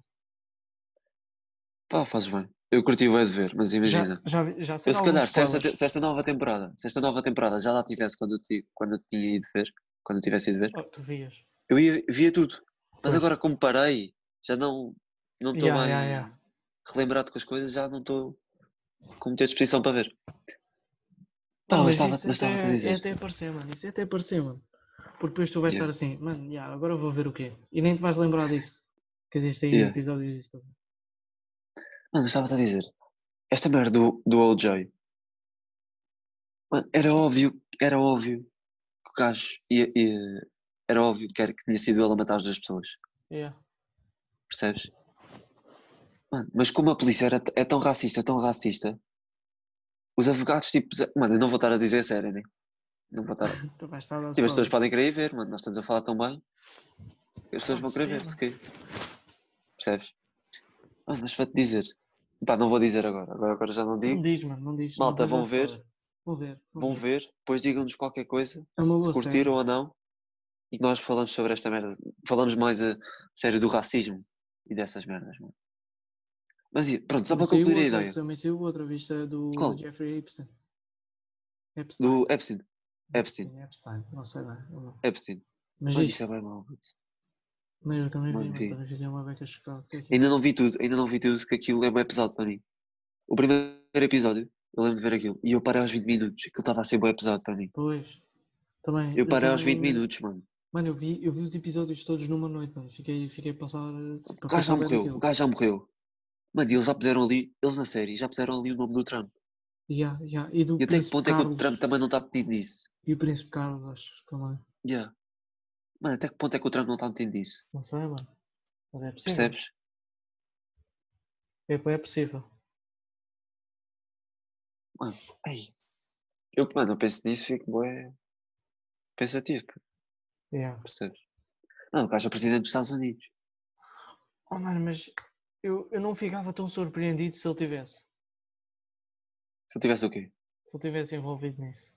Pá, fazes bem. Eu curti o de ver, mas
Já-
imagina.
Já, vi- já sei
Eu se
alguns
calhar, se esta,
spoilers.
te- se esta nova temporada, se esta nova temporada já lá tivesse quando eu, ti- quando eu tinha ido ver, quando eu tivesse ido ver,
Oh, tu vias.
eu ia, via tudo. Mas
Pois.
agora como parei, já não não estou
Yeah,
bem
yeah, yeah.
relembrado com as coisas, já não estou com muita disposição para ver. Pá,
Não,
mas estava-
isso
mas estava-te a
até-
dizer.
É até parecer, mano. Isso é até parecer, mano. Porque depois tu vais
Yeah.
estar assim, mano, yeah, agora eu vou ver o quê? E nem te vais lembrar disso. Que existem
Yeah.
episódios disso também.
Mano, mas estava-te a dizer, esta merda do, do OJ, mano, era óbvio, era óbvio que o gajo ia, ia- era óbvio que, era, que tinha sido ele a matar as duas pessoas,
Yeah.
percebes? Mano, mas como a polícia era, t- é tão racista, tão racista, os advogados, tipo, ze- mano, eu não vou estar a dizer a sério, né? Não vou estar. a-
Tu vais estar a dar
Tipo, as pessoas
spoiler.
podem querer ir ver, mano, nós estamos a falar tão bem, as pessoas
Ah,
vão querer
sim,
ver, se quê? Percebes? Mano, mas para te dizer, pá, não vou dizer agora, agora, agora já não
Não
digo,
diz, mano, não diz.
Malta,
não vou
vão
dar
ver.
spoiler. Vão ver.
vão ver, depois digam-nos qualquer coisa,
É uma
se
boa série.
curtiram ou não, e nós falamos sobre esta merda, falamos mais a sério do racismo e dessas merdas, mano. Mas e- pronto, só para
Também saiu
concluir a
outra,
ideia,
Também saiu outra vista do
Qual?
Jeffrey Epstein. Epstein.
do Epstein, Epstein.
Epstein, não sei bem. o nome.
Epstein,
Mas
mano,
isto-
isso é bem mau, puto.
Mas eu também vi,
Mano,
mas
vi.
também fiquei uma beca chocado. Que é que é?
Ainda não vi tudo, ainda não vi tudo, que aquilo é bem pesado para mim. O primeiro episódio, eu lembro de ver aquilo, e eu parei aos 20 minutos, aquilo estava a ser bem pesado para mim.
Pois. Também.
Eu parei aos
também
20
vi-
minutos, mano.
Mano, eu vi, eu vi os episódios todos numa noite, mano. Fiquei, fiquei a passar.
O gajo já morreu, o gajo já morreu. Mano, e eles já puseram ali, eles na série, já puseram ali o nome do Trump.
Yeah, yeah. E do
E até que
Príncipe
ponto é
Carlos.
que o Trump também não está metido nisso?
E o Príncipe Carlos, acho também.
Yeah. Mano, até que ponto é que o Trump não está metido nisso?
Não sei, mano. Mas é possível.
Percebes?
É, é possível.
Ei. Eu, mano, eu penso nisso e fico bué pensativo, pô,
Yeah.
percebes? Não, o gajo é presidente dos Estados Unidos.
Oh, mano, mas eu, eu não ficava tão surpreendido se ele tivesse.
Se eu tivesse o quê?
se ele estivesse envolvido nisso.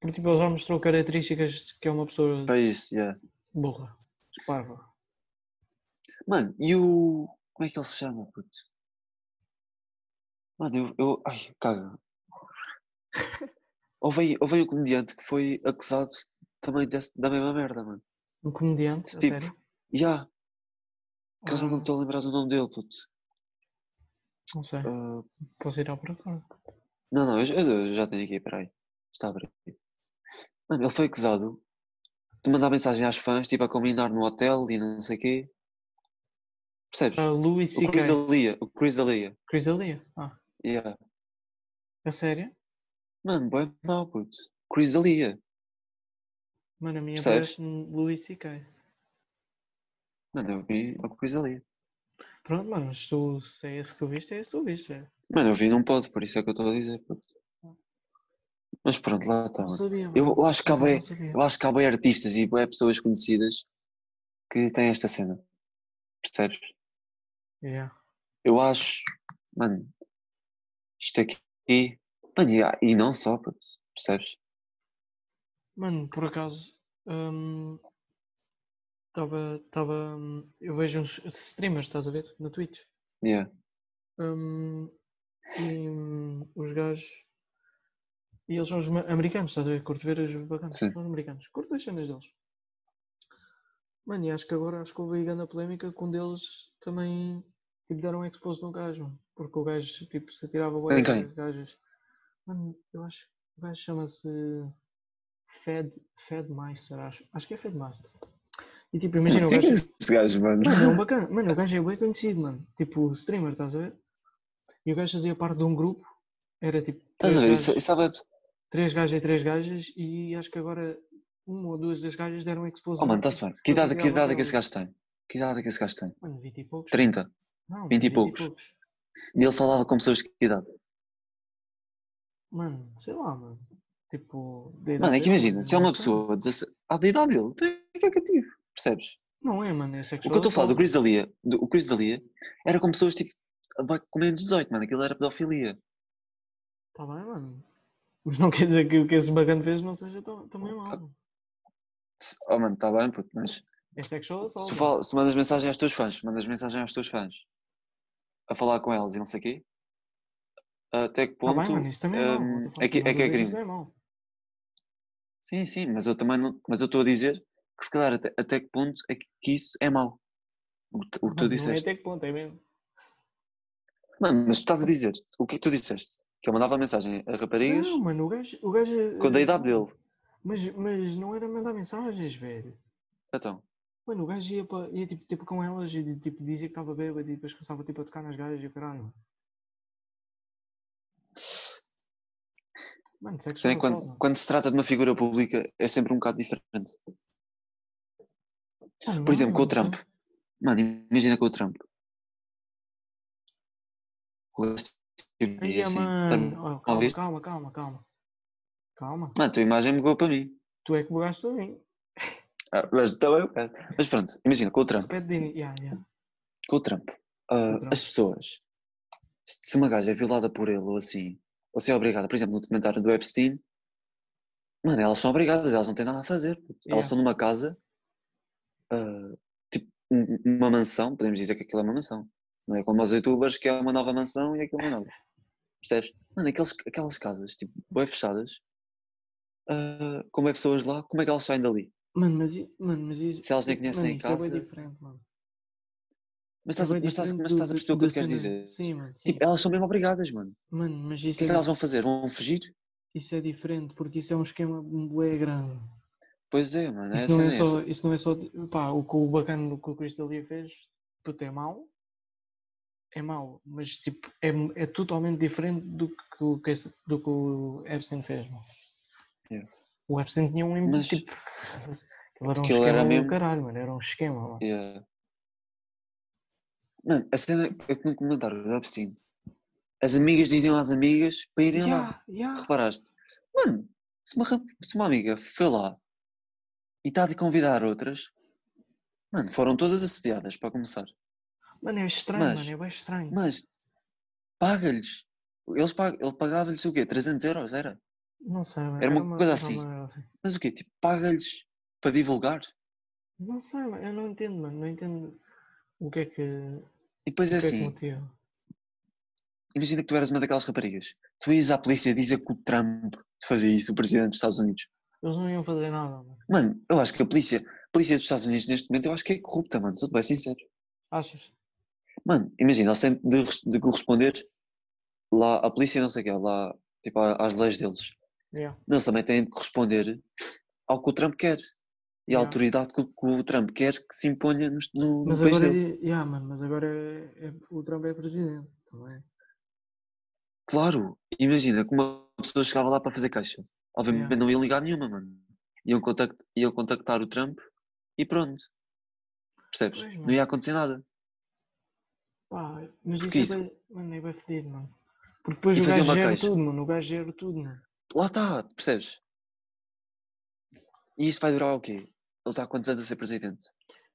Porque tipo, ele já mostrou características que é uma pessoa
Para isso, yeah.
burra, parva.
Mano, e o. Como é que ele se chama, puto? Mano, eu. eu... Ai, caga. Houve aí- houve aí um comediante que foi acusado também desse- da mesma merda, mano.
Um comediante, a
Tipo,
sério.
Já, que eu já não
Ah,
me estou a lembrar do nome dele, puto.
não sei,
Ah,
posso ir à procura.
não, não, eu, já- eu já tenho aqui, peraí. Está a abrir. Mano, ele foi acusado de mandar mensagem às fãs, tipo, a combinar no hotel e não sei o quê. Percebes?
Ah, Louis
O Chris
C.K.
D'Elia, o Chris D'Elia.
Chris D'Elia. Ah,
Yeah.
a sério?
Mano, bem mau, puto. Chris D'Elia.
Mano, a minha
Percebes?
parece-me Louis C.K.
Mano, eu vi uma coisa ali.
Pronto, mano, mas tu, se é esse que tu viste, é esse que tu viste, velho.
Mano, eu vi não pode, por isso é que eu estou a dizer. puto. Mas pronto, lá está.
Não
mano.
sabia,
Eu,
mano.
eu acho que há
Não
bem,
sabia.
eu acho que há bem artistas e bem pessoas conhecidas que têm esta cena. Percebes?
Yeah.
Eu acho, mano, isto aqui. Mano, e, há- e não só, puto, percebes?
Mano, por acaso, hum, estava, estava, hum, eu vejo uns streamers, estás a ver, na Twitch.
Yeah.
Hum, e hum, os gajos. E eles são os ma- americanos, estás a ver? Curto ver os bacanas,
Sim.
são os americanos. Curto as cenas deles. Mano, e acho que agora acho que houve aí grande polémica quando eles também tipo, deram um expose no gajo, mano. Porque o gajo tipo, se tirava
Em
bué
quem?
das gajas. Mano, eu acho O gajo chama-se Fed, Fedmeister, acho. Acho que é Fedmaster. E tipo, imagina o
Quem é que é
gajo.
esse gajo, mano?
Mano, é um bacana. Mano, o gajo é bem conhecido, mano. Tipo, streamer, estás a ver? E o gajo fazia parte de um grupo. Era tipo.
Estás a ver?
três gajos-
Isso, é- isso sabe...
Três gajas e três gajas. E acho que agora uma ou duas das gajas deram um expose.
Oh, mano, está-se bem. Que idade, que
Fazer
idade é que
alguma
esse gajo tem? Que idade é que esse gajo tem?
Mano, vinte e poucos.
30.
Não,
vinte e poucos. E ele falava com pessoas de que idade?
Mano, sei lá, mano. Tipo.
Mano, é que imagina, se é uma
não sei.
pessoa 17, ah, da idade dele, então é que é cativo, percebes?
Não é, mano, é
O
sexual.
que eu estou a falar do
assault.
Chris Dalia, do, o Chris Dalia era com pessoas tipo, aba- com menos de 18, mano, aquilo era pedofilia.
Tá bem, mano. Mas não quer dizer que o que esse bacana fez não seja tão- também mau. mano.
Se- Oh, mano, está bem, puto, mas se
É sexual assault.
tu,
mano.
fala- se tu mandas mensagem aos teus fãs, mandas mensagem aos teus fãs a falar com eles e não sei o quê, até que
Tá
ponto.
bem, mano, isso também é mau.
hum,
What the fuck,
é que-
não
é que é
duvido,
crime.
Isso é mau.
Sim, sim, mas eu também não. Mas eu estou a dizer que se calhar até, até que ponto é que que isso é mau. O, que tu- o que
Mano,
tu
Não é
disseste.
até que ponto, é mesmo.
Mano, mas tu estás a dizer, o que é que tu disseste? Que ele mandava mensagem a raparigas
Não, mano, o gajo. O gajo eh,
quando a idade dele.
Mas, mas não era mandar mensagens, velho.
Então,
Mano, o gajo ia, pa- ia tipo, tipo com elas e tipo, dizia que estava bêbado e depois começava tipo, a tocar nas gajas e o caralho. mano. Mano,
se bem
sexual
que
assault,
é quando,
mano.
quando se trata de uma figura pública é sempre um bocado diferente.
Mano, não
Por
é,
exemplo, com o
mano, isso é-
Trump. Mano, imagina com o Trump. O gajo tipo,
Ai,
dizia assim, para mim,
mano. Oh,
ouvir?
calma, calma, calma, calma. Calma.
Mano, a tua imagem mudou para mim.
Tu é que bugaste também.
Ah, Mas, tá bem, cara. mas pronto, imagina com o Trump.
Repete de início. Yeah, yeah.
com o Trump, ah,
Trump.
as pessoas, se se uma gaja é violada por ele ou assim, ou se é obrigada, por exemplo, no documentário do Epstein, mano, elas são obrigadas, elas não têm nada a fazer. puto. Elas
Yeah.
estão numa casa, ah, tipo, um- uma mansão, podemos dizer que aquilo é uma mansão. Não é como os youtubers que é uma nova mansão e aquilo é uma nova. Percebes? Mano, aqueles, aquelas casas, tipo, bem fechadas, ah, como é pessoas lá, como é que elas saem dali?
Mano, mas, i- mano, mas isso.
Se elas nem
mano,
conhecem em
isso é bem
casa.
diferente, mano.
Mas
É
estás, a-
bué
mas estás,
diferente
mas
do-
estás a
do-
perceber o que eu
da
te quero
cena-
dizer?
Sim, mano, sim.
Tipo, elas são mesmo obrigadas, mano.
Mano, mas
O
isso
que
é,
é que elas vão fazer? Vão fugir?
isso é diferente porque isso é um esquema bué grande.
Pois é, mano.
Isso
essa
não é
é essa.
só, isso não é só, pá, o que o bacana que o Cristalia fez, puto, é mau, é mau, mas tipo, é, é totalmente diferente do que, o- que esse- do que o Epstein fez, mano.
Yeah.
O Epstein tinha um
Mas-
mas... tipo, aquilo era um
Aquilo
esquema
era
do
mesmo-
caralho, mano, era um esquema, mano.
Yeah. Mano, a cena é que no comentário do Epstein, as amigas diziam às amigas para irem lá.
Yeah, yeah.
Ah, Reparaste? Mano, se uma, rap- se uma amiga foi lá e está a convidar outras, mano, foram todas assediadas para começar.
Mano, é estranho,
Mas-
mano, é bem estranho.
Mas paga-lhes. Eles pag- ele pagava-lhes o quê? 300 euros, era?
Não sei, mano.
Era uma coisa
era
assim.
uma-
Mas o quê? Tipo, paga-lhes para divulgar?
Não sei, mano, eu não entendo, mano, não entendo o que é que,
E depois é
o que, é que
assim,
motiva.
Imagina que tu eras uma daquelas raparigas. Tu ias à polícia dizer que o Trump fazia isso, o presidente dos Estados Unidos.
Eles não iam fazer nada, mano.
Mano, eu acho que a polícia, a polícia dos Estados Unidos neste momento, eu acho que é corrupta, mano. Sou-te bem sincero.
Achas?
Mano, imagina, eles têm de, res- de corresponder lá à polícia, não sei o quê, lá, tipo, à- às leis deles.
Yeah.
Mas Eles também têm de corresponder ao que o Trump quer. E à
Yeah.
autoridade que, o- que o Trump quer que se imponha no, no, no
Mas
país
agora,
dele.
é- yeah, mano, mas agora é- é- o Trump é presidente também.
Claro, imagina que uma pessoa chegava lá para fazer caixa. Obviamente
Yeah.
não ia ligar nenhuma, mano. Iam, contact, iam contactar o Trump e pronto. Percebes?
Pois,
não
mano.
ia acontecer nada.
Pá, mas
Porque
isso é bem, mano, é bem fedido, mano. Porque depois
E
o
fazer
gajo
uma
gera
caixa.
tudo, mano. O gajo gera tudo, né? mano.
Lá está, percebes? E isto vai durar o quê? Ele está há quantos anos a ser presidente?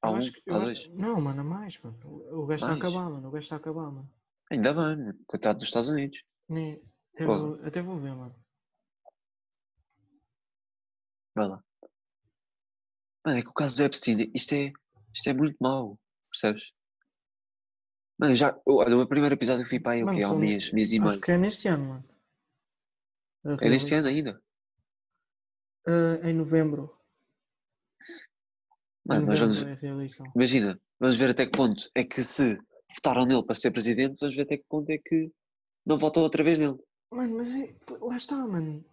Há
Eu
um,
acho que- eu
há
acho-
dois.
Não, mano, há mais, mano. O o gajo está a
Mais?
acabar, mano. O gajo está a acabar, mano.
Ainda bem, mano. coitado dos Estados Unidos.
Nem- até,
Porra.
vou, até vou ver, mano.
Vai lá. Mano, é que o caso do Epstein, isto é, isto é muito mau, percebes? Mano, eu já, eu- olha, o primeiro episódio que vi para aí, o
Mano,
quê? Há um
são-
mês, mês e
Acho
meio.
que um é neste ano, mano. A
É deste
reali-
ano ainda.
Ah, em novembro. Em
Mano, nós
novembro
vamos,
é a reeleição.
imagina, vamos ver até que ponto é que se votaram nele para ser presidente, vamos ver até que ponto é que não votam outra vez nele.
Mano, mas é- lá está, mano.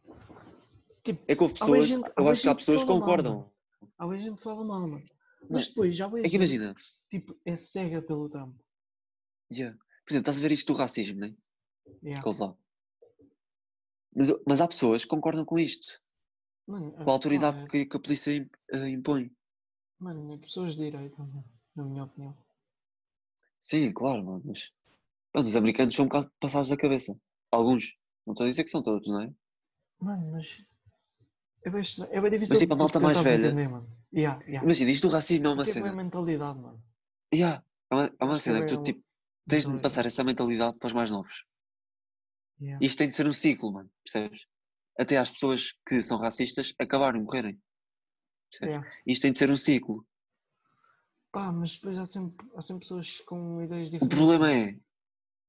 Tipo,
É que houve pessoas,
gente- há
eu acho que
bué
há
gente que tá
pessoas que
fala mal,
concordam.
há bem gente que fala mal, mano.
Mas
Mas depois já há bué
é que
gente
imagina.
que se- tipo, é cega pelo Trump.
Yeah. Por exemplo, estás a ver isto do racismo, né?
Yeah.
Que houve lá. Mas, mas há pessoas que concordam com isto,
Mano, ah,
com a autoridade
claro,
que, que a polícia im- eh, impõe.
Mano, é pessoas de direita, mano, na minha opinião.
Sim, é claro, mano, mas pronto, os americanos são um bocado passados da cabeça. Alguns. Não estou a dizer que são todos, não é?
Mano, mas. É bem, estra- é bem difícil.
tipo, a
tu
malta mais
tentares
velha-
Entender, mano. Yeah, yeah.
Imagina, isto do racismo é uma
Porque é bué
cena.
mentalidade, mano.
Yeah, é uma, é uma
Acho que é
cena que
bué
tu
uma
tipo, tens de
mentalidade.
passar essa mentalidade para os mais novos.
Yeah.
Isto tem de ser um ciclo, mano, percebes? Até às pessoas que são racistas acabarem, morrerem. Percebes?
Yeah.
Isto tem de ser um ciclo.
Pá, mas depois há sempre, há sempre pessoas com ideias
O
diferentes.
problema é,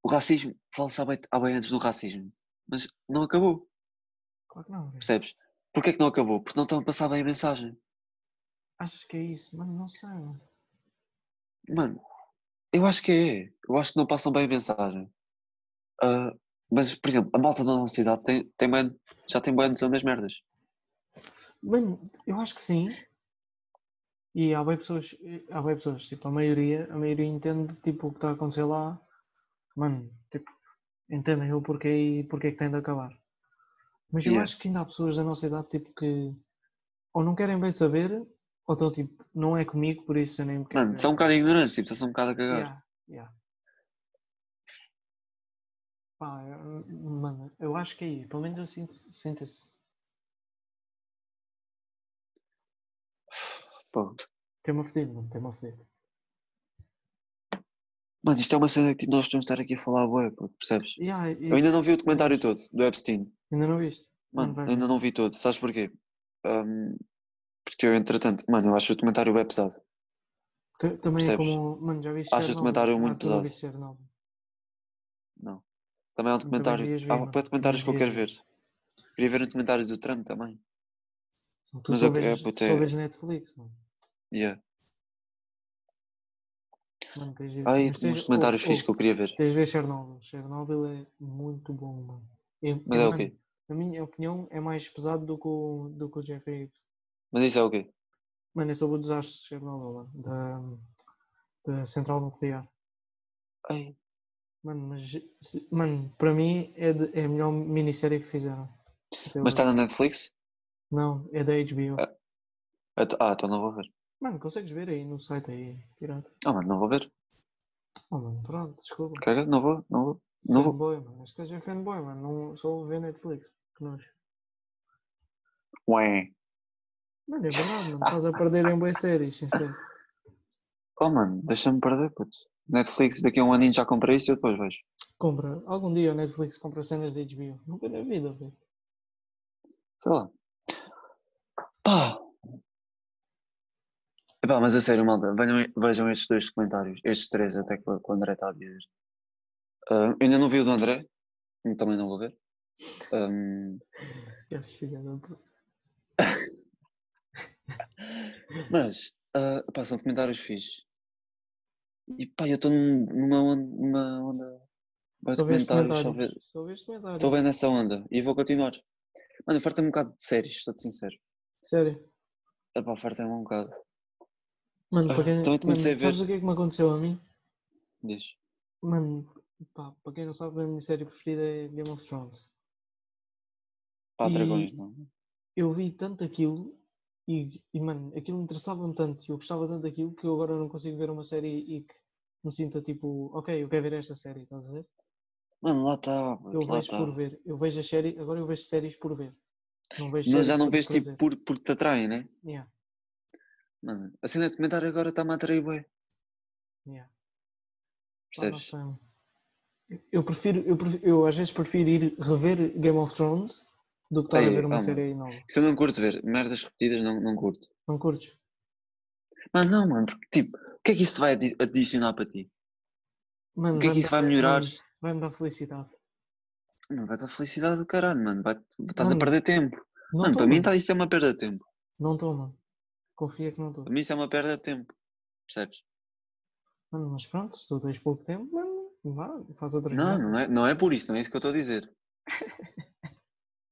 o racismo, fala-se há bem, há bem antes do racismo, mas não acabou, é
Claro que não, velho.
percebes? Porquê é que não acabou? Porque não estão a passar bem a mensagem.
Achas que é isso? Mano, não sei, mano.
Mano, eu acho que é. Eu acho que não passam bem a mensagem. Ah, mas, por exemplo, a malta da nossa cidade tem, tem bué- já tem boa noção das merdas.
Mano, eu acho que sim. E há bem pessoas, há bem pessoas, tipo, a maioria, a maioria entende, tipo, o que está a acontecer lá. Mano, tipo, entendem o porquê e porquê é que tem de acabar. Mas eu
Yeah.
acho que ainda há pessoas da nossa idade, tipo, que ou não querem bem saber, ou estão, tipo, não é comigo, por isso eu nem me quero
Mano,
ver.
são um bocado ignorantes, tipo, são um bocado a cagar.
Yeah, yeah. Pá, eu- mano, eu acho que é aí, pelo menos eu sinto, sinto isso.
Pô.
Tem-me a fudido, mano, tem-me a fudido.
Mano, isto é uma cena que tipo, nós podemos estar aqui a falar, bué, pô, percebes?
Yeah, e-
Eu ainda não vi o documentário todo do Epstein.
ainda não viste?
Mano,
vai
ainda
ver.
não vi todo. Sabes porquê? Ahm, porque eu, entretanto, mano, eu acho o documentário bem pesado.
Tu- Também é
percebes?
como. Mano, já viste
Acho esse
Chernobyl?
documentário
Ah,
muito
tu não
pesado.
viste Chernobyl.
Não. Também há um
Também
documentário.
devias ver,
Há
mano,
bué documentários que eu
também
quero
devias
ver. Queria ver um documentário do Trump também.
Tu
Mas
só
eu- é,
vês,
puto,
só
é-
vês Netflix, mano.
Yeah.
Mano, tens de- Oh,
Ai,
mas tens-
uns documentários
ouve,
Ah, fixos que eu queria ver.
ouve, Tens de ver Chernobyl. Chernobyl é muito bom, mano. É,
Mas é o
mano,
quê?
Na minha opinião, é mais pesado do que o, do que o Jeffrey Epstein.
Mas isso é o quê?
Mano, é sobre o desastre de Chernobyl, mano, da, da central nuclear.
Ai,
Mano, mas, se- mano, para mim é, de- é a melhor minissérie que fizeram. Até
Mas
agora.
está na Netflix?
Não, é da HBO.
Ah. Ah, t- Ah, então não vou ver.
Mano, consegues ver aí no site aí, pirata?
Ah, mano, não vou ver.
Oh, mano, pronto, desculpa.
Caga, não vou, não vou. Não vou.
Fanboy, mano. Este gajo é fanboy, mano. Não só vê Netflix. Que nós.
Ué.
Mano, é verdade, mano. Estás a perder em boas séries, sincero.
Oh, mano, deixa-me perder, puto. Netflix, daqui a um aninho já comprei isso e eu depois vejo.
Compra. Algum dia o Netflix compra cenas da HBO. Nunca na vida, velho.
Sei lá. Pá! Epá, mas a sério, malta, venham- vejam estes dois comentários, estes três até que o que o André está a dizer. Ah, ainda não vi o do André, também não vou ver. Ahm,
É filha da puta.
mas, ah, pá, são comentários fixes. E pá, eu estou numa onda. Numa onda bué de
Só vês
comentários, só ver-
comentários. Só vês comentários.
Estou bem nessa onda e vou continuar. Mano, farta-me um bocado de séries, sou-te sincero.
Sério.
Epá, farta-me um bocado.
Mano,
Ah,
para quem...
também te comecei
mano,
a ver.
sabes o que é que me aconteceu a mim?
Diz.
Mano, pá, para quem não sabe, a minha série preferida é Game of Thrones.
Pá,
E-
dragões, não.
eu vi tanto aquilo e, e, mano, aquilo interessava-me tanto e eu gostava tanto daquilo que eu agora não consigo ver uma série e que me sinta tipo, ok, eu quero ver esta série, estás a ver?
Mano, lá está.
Eu
Lá
vejo
está.
por ver, eu vejo a série, agora eu vejo séries por ver. Não
Mas
vejo séries
já não
por
vês tipo
prazer.
por, porque te atraem, né?
Yeah,
Mano, a cena de comentário agora está-me a atrair, bué.
yeah. Pá, não
Percebes?
sei, mano. Eu prefiro, eu prefiro, eu às vezes prefiro ir rever Game of Thrones do que estar a
Ei,
ver uma
calma.
série nova.
Se eu não curto ver merdas repetidas, não, não curto.
Não curtes?
Mano, não, mano, porque tipo, o que é que isso vai adi- adicionar para ti?
Mano,
O que é que
vai-me
isso vai
dar-
melhorar?
mano, Vai-me dar felicidade.
Mano, vai dar felicidade do caralho, mano. Vai, estás a
Mano,
perder tempo.
Não
Mano,
tô,
para mim
mano.
tá, isso é uma perda de tempo.
Não estou, mano. Confia que não estou.
Para mim isso é uma perda de tempo. Percebes?
Mano, mas pronto, se tu tens pouco tempo, mano, vá, faz outra
Não, é.
coisa.
não é, não é por isso, não é isso que eu estou a dizer.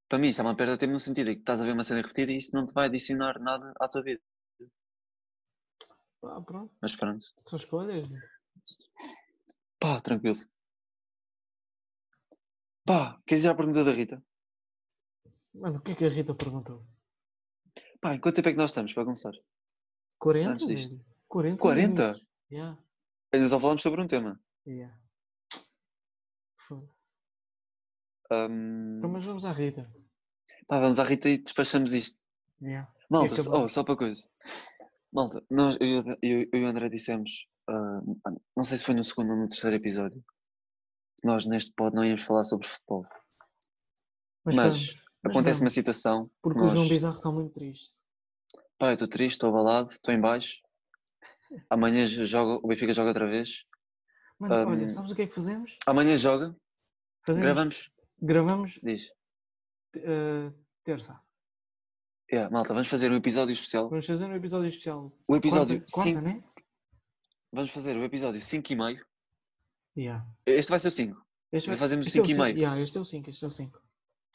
Para mim, isso é uma perda de tempo no sentido em que estás a ver uma cena repetida e isso não te vai adicionar nada à tua vida.
Ah, pronto,
Mas pronto.
são escolhas.
Pá, tranquilo. Pá, queres ir à pergunta da Rita?
Mano, o que é que a Rita perguntou?
Pá, em quanto tempo é que nós estamos para começar?
Hum. 40?
Antes disto.
velho? 40?
40?
minutos. Yeah,
Ainda só falamos sobre um tema.
yeah. Foda-se.
Ahm,
Então, mas vamos à Rita.
Pá, vamos à Rita e despachamos isto.
Yeah.
Malta,
E acabou.
oh, só para coisa. Malta, nós, eu, e o- eu- eu e o André dissemos, ah, não sei se foi no segundo ou no terceiro episódio, que nós neste pod não íamos falar sobre futebol. Mas,
vamos, mas
acontece uma
vamos,
situação.
Porque
nós,
os João Bizarro são muito tristes.
Pá, eu estou triste, estou abalado, estou em baixo. Amanhã joga, o Benfica joga outra vez.
Mano,
Ahm,
olha, sabes o que é que fazemos?
Amanhã joga,
Fazemos,
gravamos,
gravamos
diz.
eh, terça.
Yeah, malta, vamos fazer um episódio especial.
Vamos fazer um episódio especial.
O episódio
quarta, quarta
5.
né?
Vamos fazer o episódio 5 e meio.
Yeah.
Este vai ser o 5.
Este
Vai
vai-
fazermos o
este é o
5 um e
cinco.
meio.
Yeah, este é o 5, este é o 5.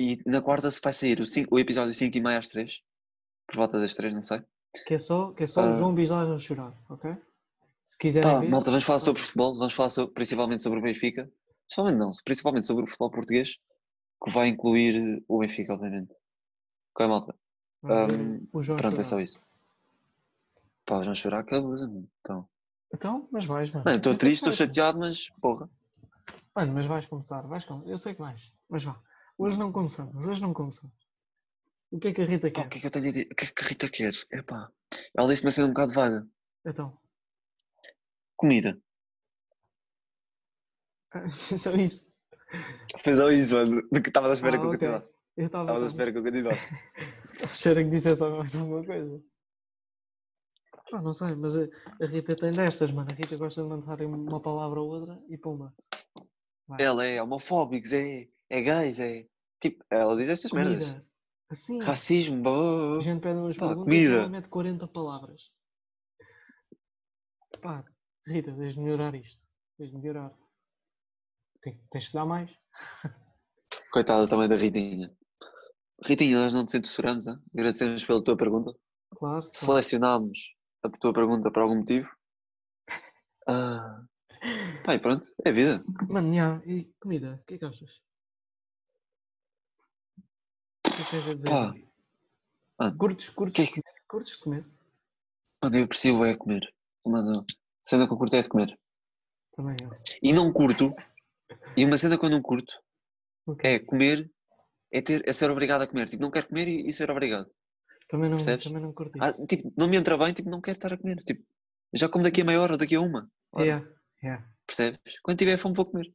E na quarta se vai sair o, cinco- o episódio 5 e meio às 3. Por volta das 3, não sei.
Que é só, que é só
Ah.
o João Bizarro a chorar, ok? Se quiserem
Pá,
ver,
malta, vamos falar sobre futebol, vamos falar sobre- principalmente sobre o Benfica. Principalmente não, principalmente sobre o futebol português, que vai incluir o Benfica, obviamente. Ok, malta?
vamos ver
ahm,
o João
Pronto, é
chorar.
só isso. Pá, eles vão chorar que abusa, mano. Então.
Então, mas vais, mano.
Mano, estou
Eu sei que
triste, estou
vais, mano.
chateado, mas porra.
Mano, mas vais começar, vais começar. Eu sei que vais, mas vá. Hoje não começamos, hoje não começamos. O que é que a Rita
Pá,
quer?
o que é que eu tenho a dizer? O que é que a Rita quer? Epá. Ela disse-me a ser um bocado vaga.
Então,
Comida.
só isso.
Fez ao isso, mano, do que estava à espera
Ah,
que eu
ok.
continuasse.
Eu estava
Estava à
a
espera que eu continuasse.
cheira é que dissesse mais alguma coisa. Pá, não sei, mas a, a Rita tem destas, mano. A Rita gosta de mandar uma palavra ou outra e pumba.
Ela é homofóbicos, é, é gays, é. Tipo, ela diz estas merdas.
Comida. Assim,
Racismo, bá, bá,
a
bá.
gente pede umas
Pá,
perguntas
comida.
e ela mete 40 palavras. Pá, Rita, tens de melhorar isto. Tens de melhorar. Tem- Tens que dar mais.
Coitada também da Ritinha. Ritinha, nós não te censuramos, hein? agradecemos pela tua pergunta.
Claro. claro.
Selecionámos a tua pergunta por algum motivo. Ah, pá, e pronto, é vida.
Mano, já, e comida, o que é que achas? O que é que tens a dizer?
Pá. Mano,
Curtes,
que é
curtes
que-
comer? Curtes comer?
Mano, eu preciso é comer. Mano, cena que eu curto é de comer.
Também eu.
E não curto, e uma cena que eu não curto
O quê?
é comer, é, ter, é ser obrigado a comer. Tipo, não quero comer e, e ser obrigado.
Também não,
percebes?
também não curto
Ah,
isso.
tipo, não me entra bem, tipo, não quero estar a comer. Tipo, já como daqui a meia hora ou daqui a uma. hora,
yeah, yeah.
Percebes? Quando tiver fome vou comer.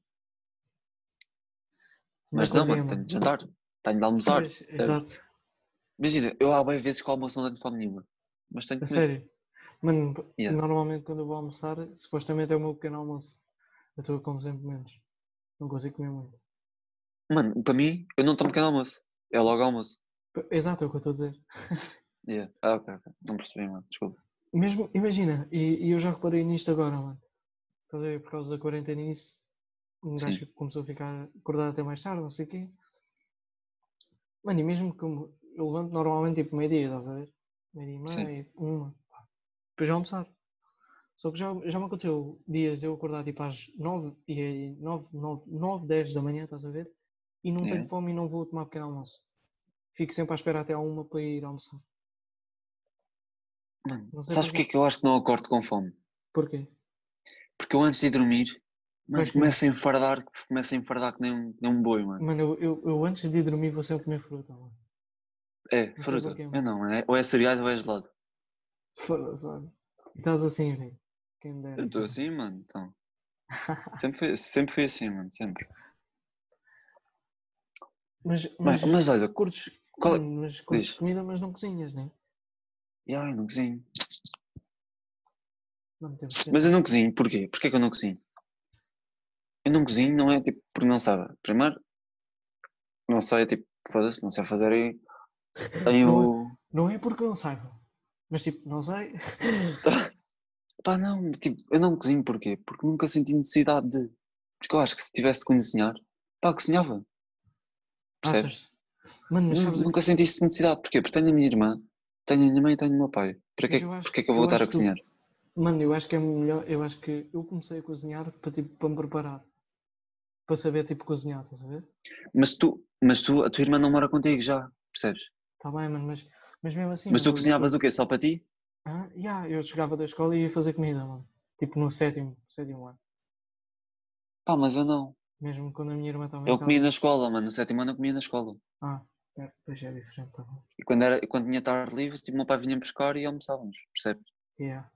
Mas não,
Também
mano,
curtia,
tenho de jantar, tenho de almoçar.
Pois,
percebes?
Exato,
Imagina, eu há bem vezes que o almoço não tenho fome nenhuma. Mas tenho
a
de comer.
sério. Mano,
Yeah.
normalmente quando eu vou almoçar, supostamente é o meu pequeno almoço. Eu estou a comer sempre menos. Não consigo comer muito.
Mano, para mim, eu não tomo pequeno almoço. É logo almoço.
P- Exato, é o que eu estou a dizer.
Yeah. Ah, ok, ok. Não percebi, mano. Desculpa.
Mesmo, imagina, e, e eu já reparei nisto agora, mano. Estás a ver, por causa da quarentena e isso, um gajo
Sim.
que começou a ficar acordado até mais tarde, não sei o quê. Mano, e mesmo que eu, me- eu levanto normalmente tipo meio-dia, estás a ver? Meio-dia e
Sim.
meia, uma, pá. Depois já almoçar. Só que já, já me aconteceu dias eu acordar tipo às nove e aí nove nove nove dez da manhã, estás a ver? E não
Yeah.
tenho fome e não vou tomar pequeno almoço. Fico sempre à espera até à uma para ir almoçar.
Mano,
Não sei
sabes
porquê.
porque é que eu acho que não acordo com fome?
Porquê?
Porque eu antes de dormir, mano,
Vais comer.
começo a enfardar, começo a enfardar que nem um, que nem um boi, mano.
Mano, eu, eu, eu antes de ir dormir vou sempre comer fruta, mano.
É,
sei
fruta.
porquê,
Eu
mano.
não, mano. é- Ou é cereais ou é gelado.
Foda-se, mano. E Estás assim, velho. Quem me dera.
Eu estou
mano.
assim, mano, então. Sempre fui, sempre fui assim, mano, sempre.
Mas,
Mas,
mas,
mas olha,
curtes,
qual é-
hum, mas curtes
Diz.
comida, mas não cozinhas, né?
e ai, eu não cozinho.
Não temos tempo.
Mas eu não cozinho, porquê? Porquê que eu não cozinho? Eu não cozinho, não é tipo, porque não sabe. Primeiro, não sei, tipo, foda-se, não sei fazer aí. Aí o.
Não é porque não saiba. Mas tipo, não sei.
Pá, não, tipo, eu não cozinho porquê? Porque nunca senti necessidade de. Porque eu acho que se tivesse de cozinhar, pá, cozinhava. Percebes? Hum,
Achas? Mano, mas
Nu-
sabes o
Nunca senti essa necessidade. Porquê? Porque tenho a minha irmã, tenho a minha mãe e tenho o meu pai. Para que,
Mas eu acho-
porque é que eu vou
eu
estar a
acho que o-
cozinhar?
Mano, eu acho que é melhor. Eu acho que eu comecei a cozinhar para, tipo, para me preparar. Para saber, tipo, cozinhar, estás a ver?
Mas tu, mas tu, a tua irmã não mora contigo já, percebes?
Tá bem, mano, mas, mas mesmo assim.
mas tu
mano, eu-
cozinhavas o quê? Só para ti?
Ah, yeah, eu chegava da escola e ia fazer comida, mano. Tipo, no sétimo, sétimo ano.
Pá, mas eu não.
Mesmo quando a minha irmã estava em
Eu
casa.
comia na escola, mano. No sétimo ano eu comia na escola.
Ah, é, pois é diferente, tá bom.
E quando, era, quando tinha tarde livre, tipo, o meu pai vinha buscar e almoçávamos, percebes?
Yeah.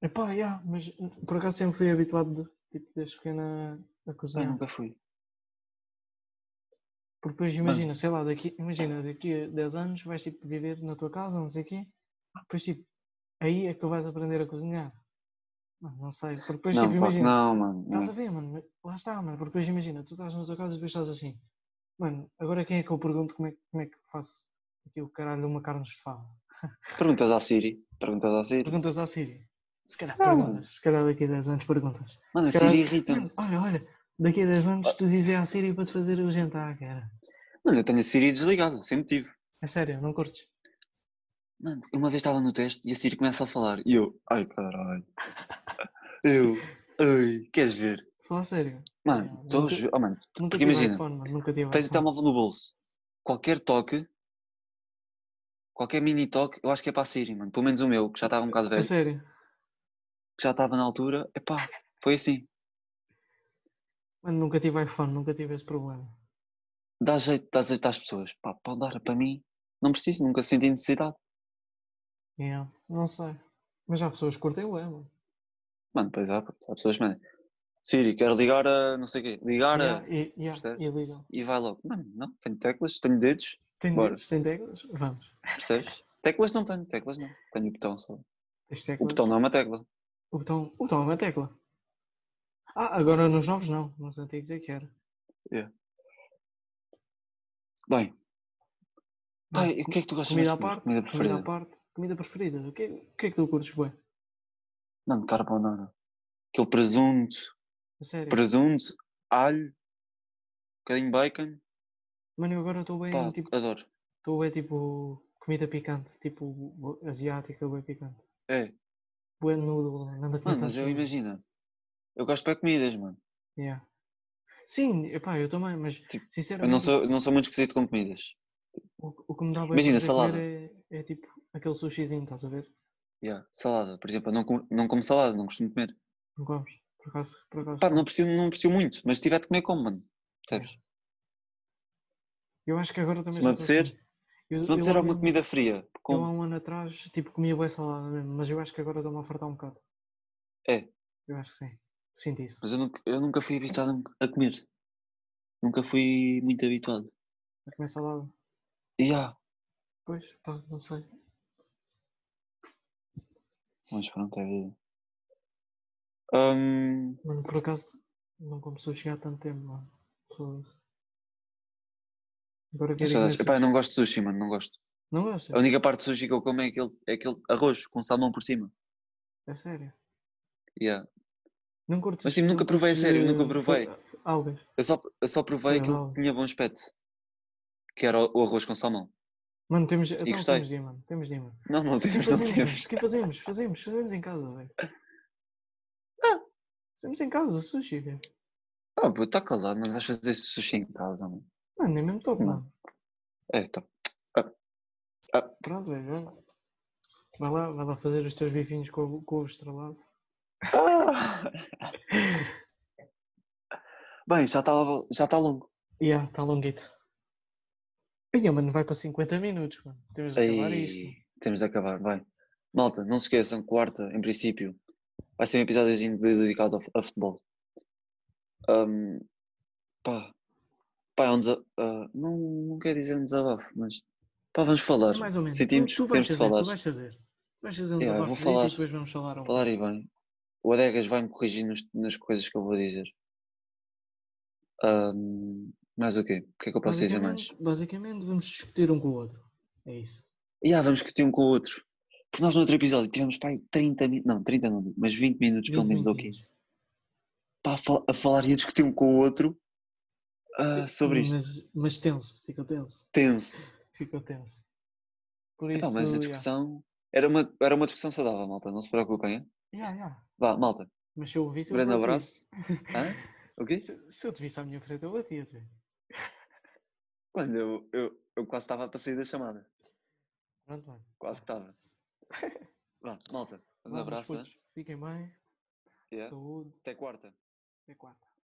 Epá, yeah, mas hum, por acaso sempre fui habituado, de, tipo, desde pequena a
Eu
cozinhar.
nunca fui.
Porque depois imagina, sei lá, daqui, imagina, daqui a 10 anos vais tipo viver na tua casa, não sei o quê. Depois tipo, aí é que tu vais aprender a cozinhar. Mano, não sei, porque depois
não,
tipo,
pá,
imagina,
não, mano. não.
estás a ver, mano, mas lá está, mano, porque depois imagina, tu estás na tua casa e depois estás assim. Mano, agora quem é que eu pergunto como é, como é que faço aqui o caralho uma carne estufada?
Perguntas à Siri. Perguntas à Siri.
Perguntas à Siri. Se calhar
Não, Então. mano.
perguntas, se calhar daqui a 10 anos perguntas.
Mano, a
Caralho.
Siri irrita-me.
Mano, olha, olha, daqui a 10 anos tu dizes à Siri para te fazer o jantar, cara.
Mano, eu tenho a Siri desligada, sempre tive.
É sério, não curtes?
Mano, uma vez estava no teste e a Siri começa a falar. E eu, ai caralho. Eu, ai, queres ver?
Fala sério.
Mano,
Não,
estou a
nunca-
ju- oh, mano,
Nunca
Porque
tive
imagina,
iPhone, mano. Nunca tive
tens o
iPhone.
telemóvel no bolso. Qualquer toque, qualquer mini toque, eu acho que é para a Siri, mano. Pelo menos o meu, que já estava um bocado
A
velho,
sério. é.
que já estava na altura. Epá, foi assim.
Mano, nunca tive iPhone. Nunca tive esse problema.
Dá jeito, dá jeito às pessoas. Pá, pode dar, para mim. Não preciso, nunca senti necessidade.
Yeah. Não sei. Mas há pessoas que curtem o mano.
Mano, pois há, pois há pessoas, mano. Siri, quero ligar a não sei o quê. Ligar a.
Yeah, e, yeah,
percebe?
e ligam.
E vai logo. Mano, não, tenho teclas, tenho dedos,
Tem
Bora.
dedos? Tem teclas? Vamos.
percebes? Teclas não tenho, teclas não. Tenho o botão só.
Tens teclas?
O botão não é uma tecla.
O botão. O botão é uma tecla. Ah, agora nos novos não. Nos antigos é que era.
Bem.
Bom,
Pai, o que é que tu gostas mais
Comida
de comer?
à
Comida
parte. Comida à
preferida?
parte. Comida preferida. O que, o que é que tu curtes, bué?
Mano, carbonara. Aquele presunto,
A sério.
presunto, alho, um bocadinho de bacon.
Mano, eu agora estou bem,
Pá,
tipo...
adoro.
Estou bem, tipo... Comida picante. Tipo, bo- asiática, bué picante.
É.
Bué noodles, mano. Anda
Mano, mas eu
imagino.
imagino. Eu gosto para comidas, mano.
Yeah. Sim, epá, eu também, mas
Tipo, Eu
sinceramente
não sou, não sou muito esquisito com comidas.
o, o que me dá bem
Imagina,
prazer comer
salada.
É, é tipo aquele sushizinho, estás a ver?
Yeah, salada, por exemplo, eu não, como- não como salada, não costumo comer.
Não comes? Por acaso, por acaso.
Pá,
não.
não aprecio, não aprecio muito, mas se tiver de comer, como, mano. Percebes?
Eu acho que agora também
Se
já
me
estou assim.
apetecer,
Eu-
Se me
eu
apetecer
há
alguma
um-
comida fria,
Eu
como.
há um ano atrás, tipo, comia boa salada mesmo, mas eu acho que agora estou-me a fartar um bocado.
É.
Eu acho que sim. Sinto isso.
Mas eu nunca, eu nunca fui habituado a comer. Nunca fui muito habituado.
A comer salada.
E há,
Pois, pá, não sei.
mas pronto, é vida. Hum,
Mano, por acaso, não como sushi há tanto tempo, mano. Foda-se. Agora quero ir
saudades.
comer
Epá, eu
sushi.
não gosto de sushi, mano, não gosto.
Não gostas?
A única parte de sushi que eu como é aquele, é aquele arroz com salmão por cima.
É sério.
E há.
Não curto
Mas, tipo, nunca provei, a sério, nunca provei.
Algas.
Eu só, eu só provei
Olha,
aquilo
não.
que tinha bom aspecto. Que era o, o arroz com salmão.
Mano, temos, então,
gostei.
temos de ir, mano. Temos de ir, mano.
Não, não temos, não
Fazemos, mano.
temos.
O que fazemos? Fazemos, fazemos em casa, velho. Fazemos em casa, o sushi, velho.
Ah, pô, está calado, não vais fazer esse sushi em casa, mano.
Mano, nem mesmo top,
Não.
mano.
É, tá.
Pronto, velho. mano. Vai lá, vai lá fazer os teus bifinhos com, o- com o ovo estrelado.
Ah. Bem, já está já tá longo.
Yeah, está longuito. Ia, mano, vai para 50 minutos, mano. Temos de acabar isto.
Ei, temos de acabar, vai. Malta, não se esqueçam, quarta, em princípio, vai ser um episódio dedicado ao- a futebol. Ahm, pá, pá, é um desa- ah, não, não quer dizer um desabafo, mas pá, vamos falar.
Mais ou menos. Tu-
Sentimos,
tu,
que temos
vais
de
fazer,
falar,
tu vais fazer. Vais fazer um
Yeah,
yeah,
vou
desabafo disso
falar.
e depois vamos falar um. ao
falar e bem. O Adegas vai-me corrigir nos- nas coisas que eu vou dizer. Ahm, mais o quê? O que é que eu posso dizer mais?
basicamente, basicamente, vamos discutir um com o outro. É isso.
E ah, vamos discutir um com o outro. Porque nós no outro episódio tivemos pá, aí 30 minutos, não, 30 não, mas 20 minutos pelo
20
menos ou
minutinhos.
15. Pá, a, fal- a falar e a discutir um com o outro. ah, sobre isto.
Mas, mas tenso, ficou tenso,
Tenso.
ficou tenso. Por
Epá,
isso,
mas a
yeah.
discussão. Era uma, era uma discussão saudável, malta. Não se preocupem. hein?
Yeah, yeah.
Vá, malta.
Mas se eu ouvisse, eu
Grande
batia.
abraço. Hã? O quê?
Se, se eu te visse à minha frente, eu batia-te.
Mano, eu, eu, eu quase estava para sair da chamada.
Pronto, mano.
Quase que estava. Vá, malta. Um
Vá, meus
abraço. hein?
putos, Fiquem bem,
Yeah.
saúde, É
Até quarta.
até quarta.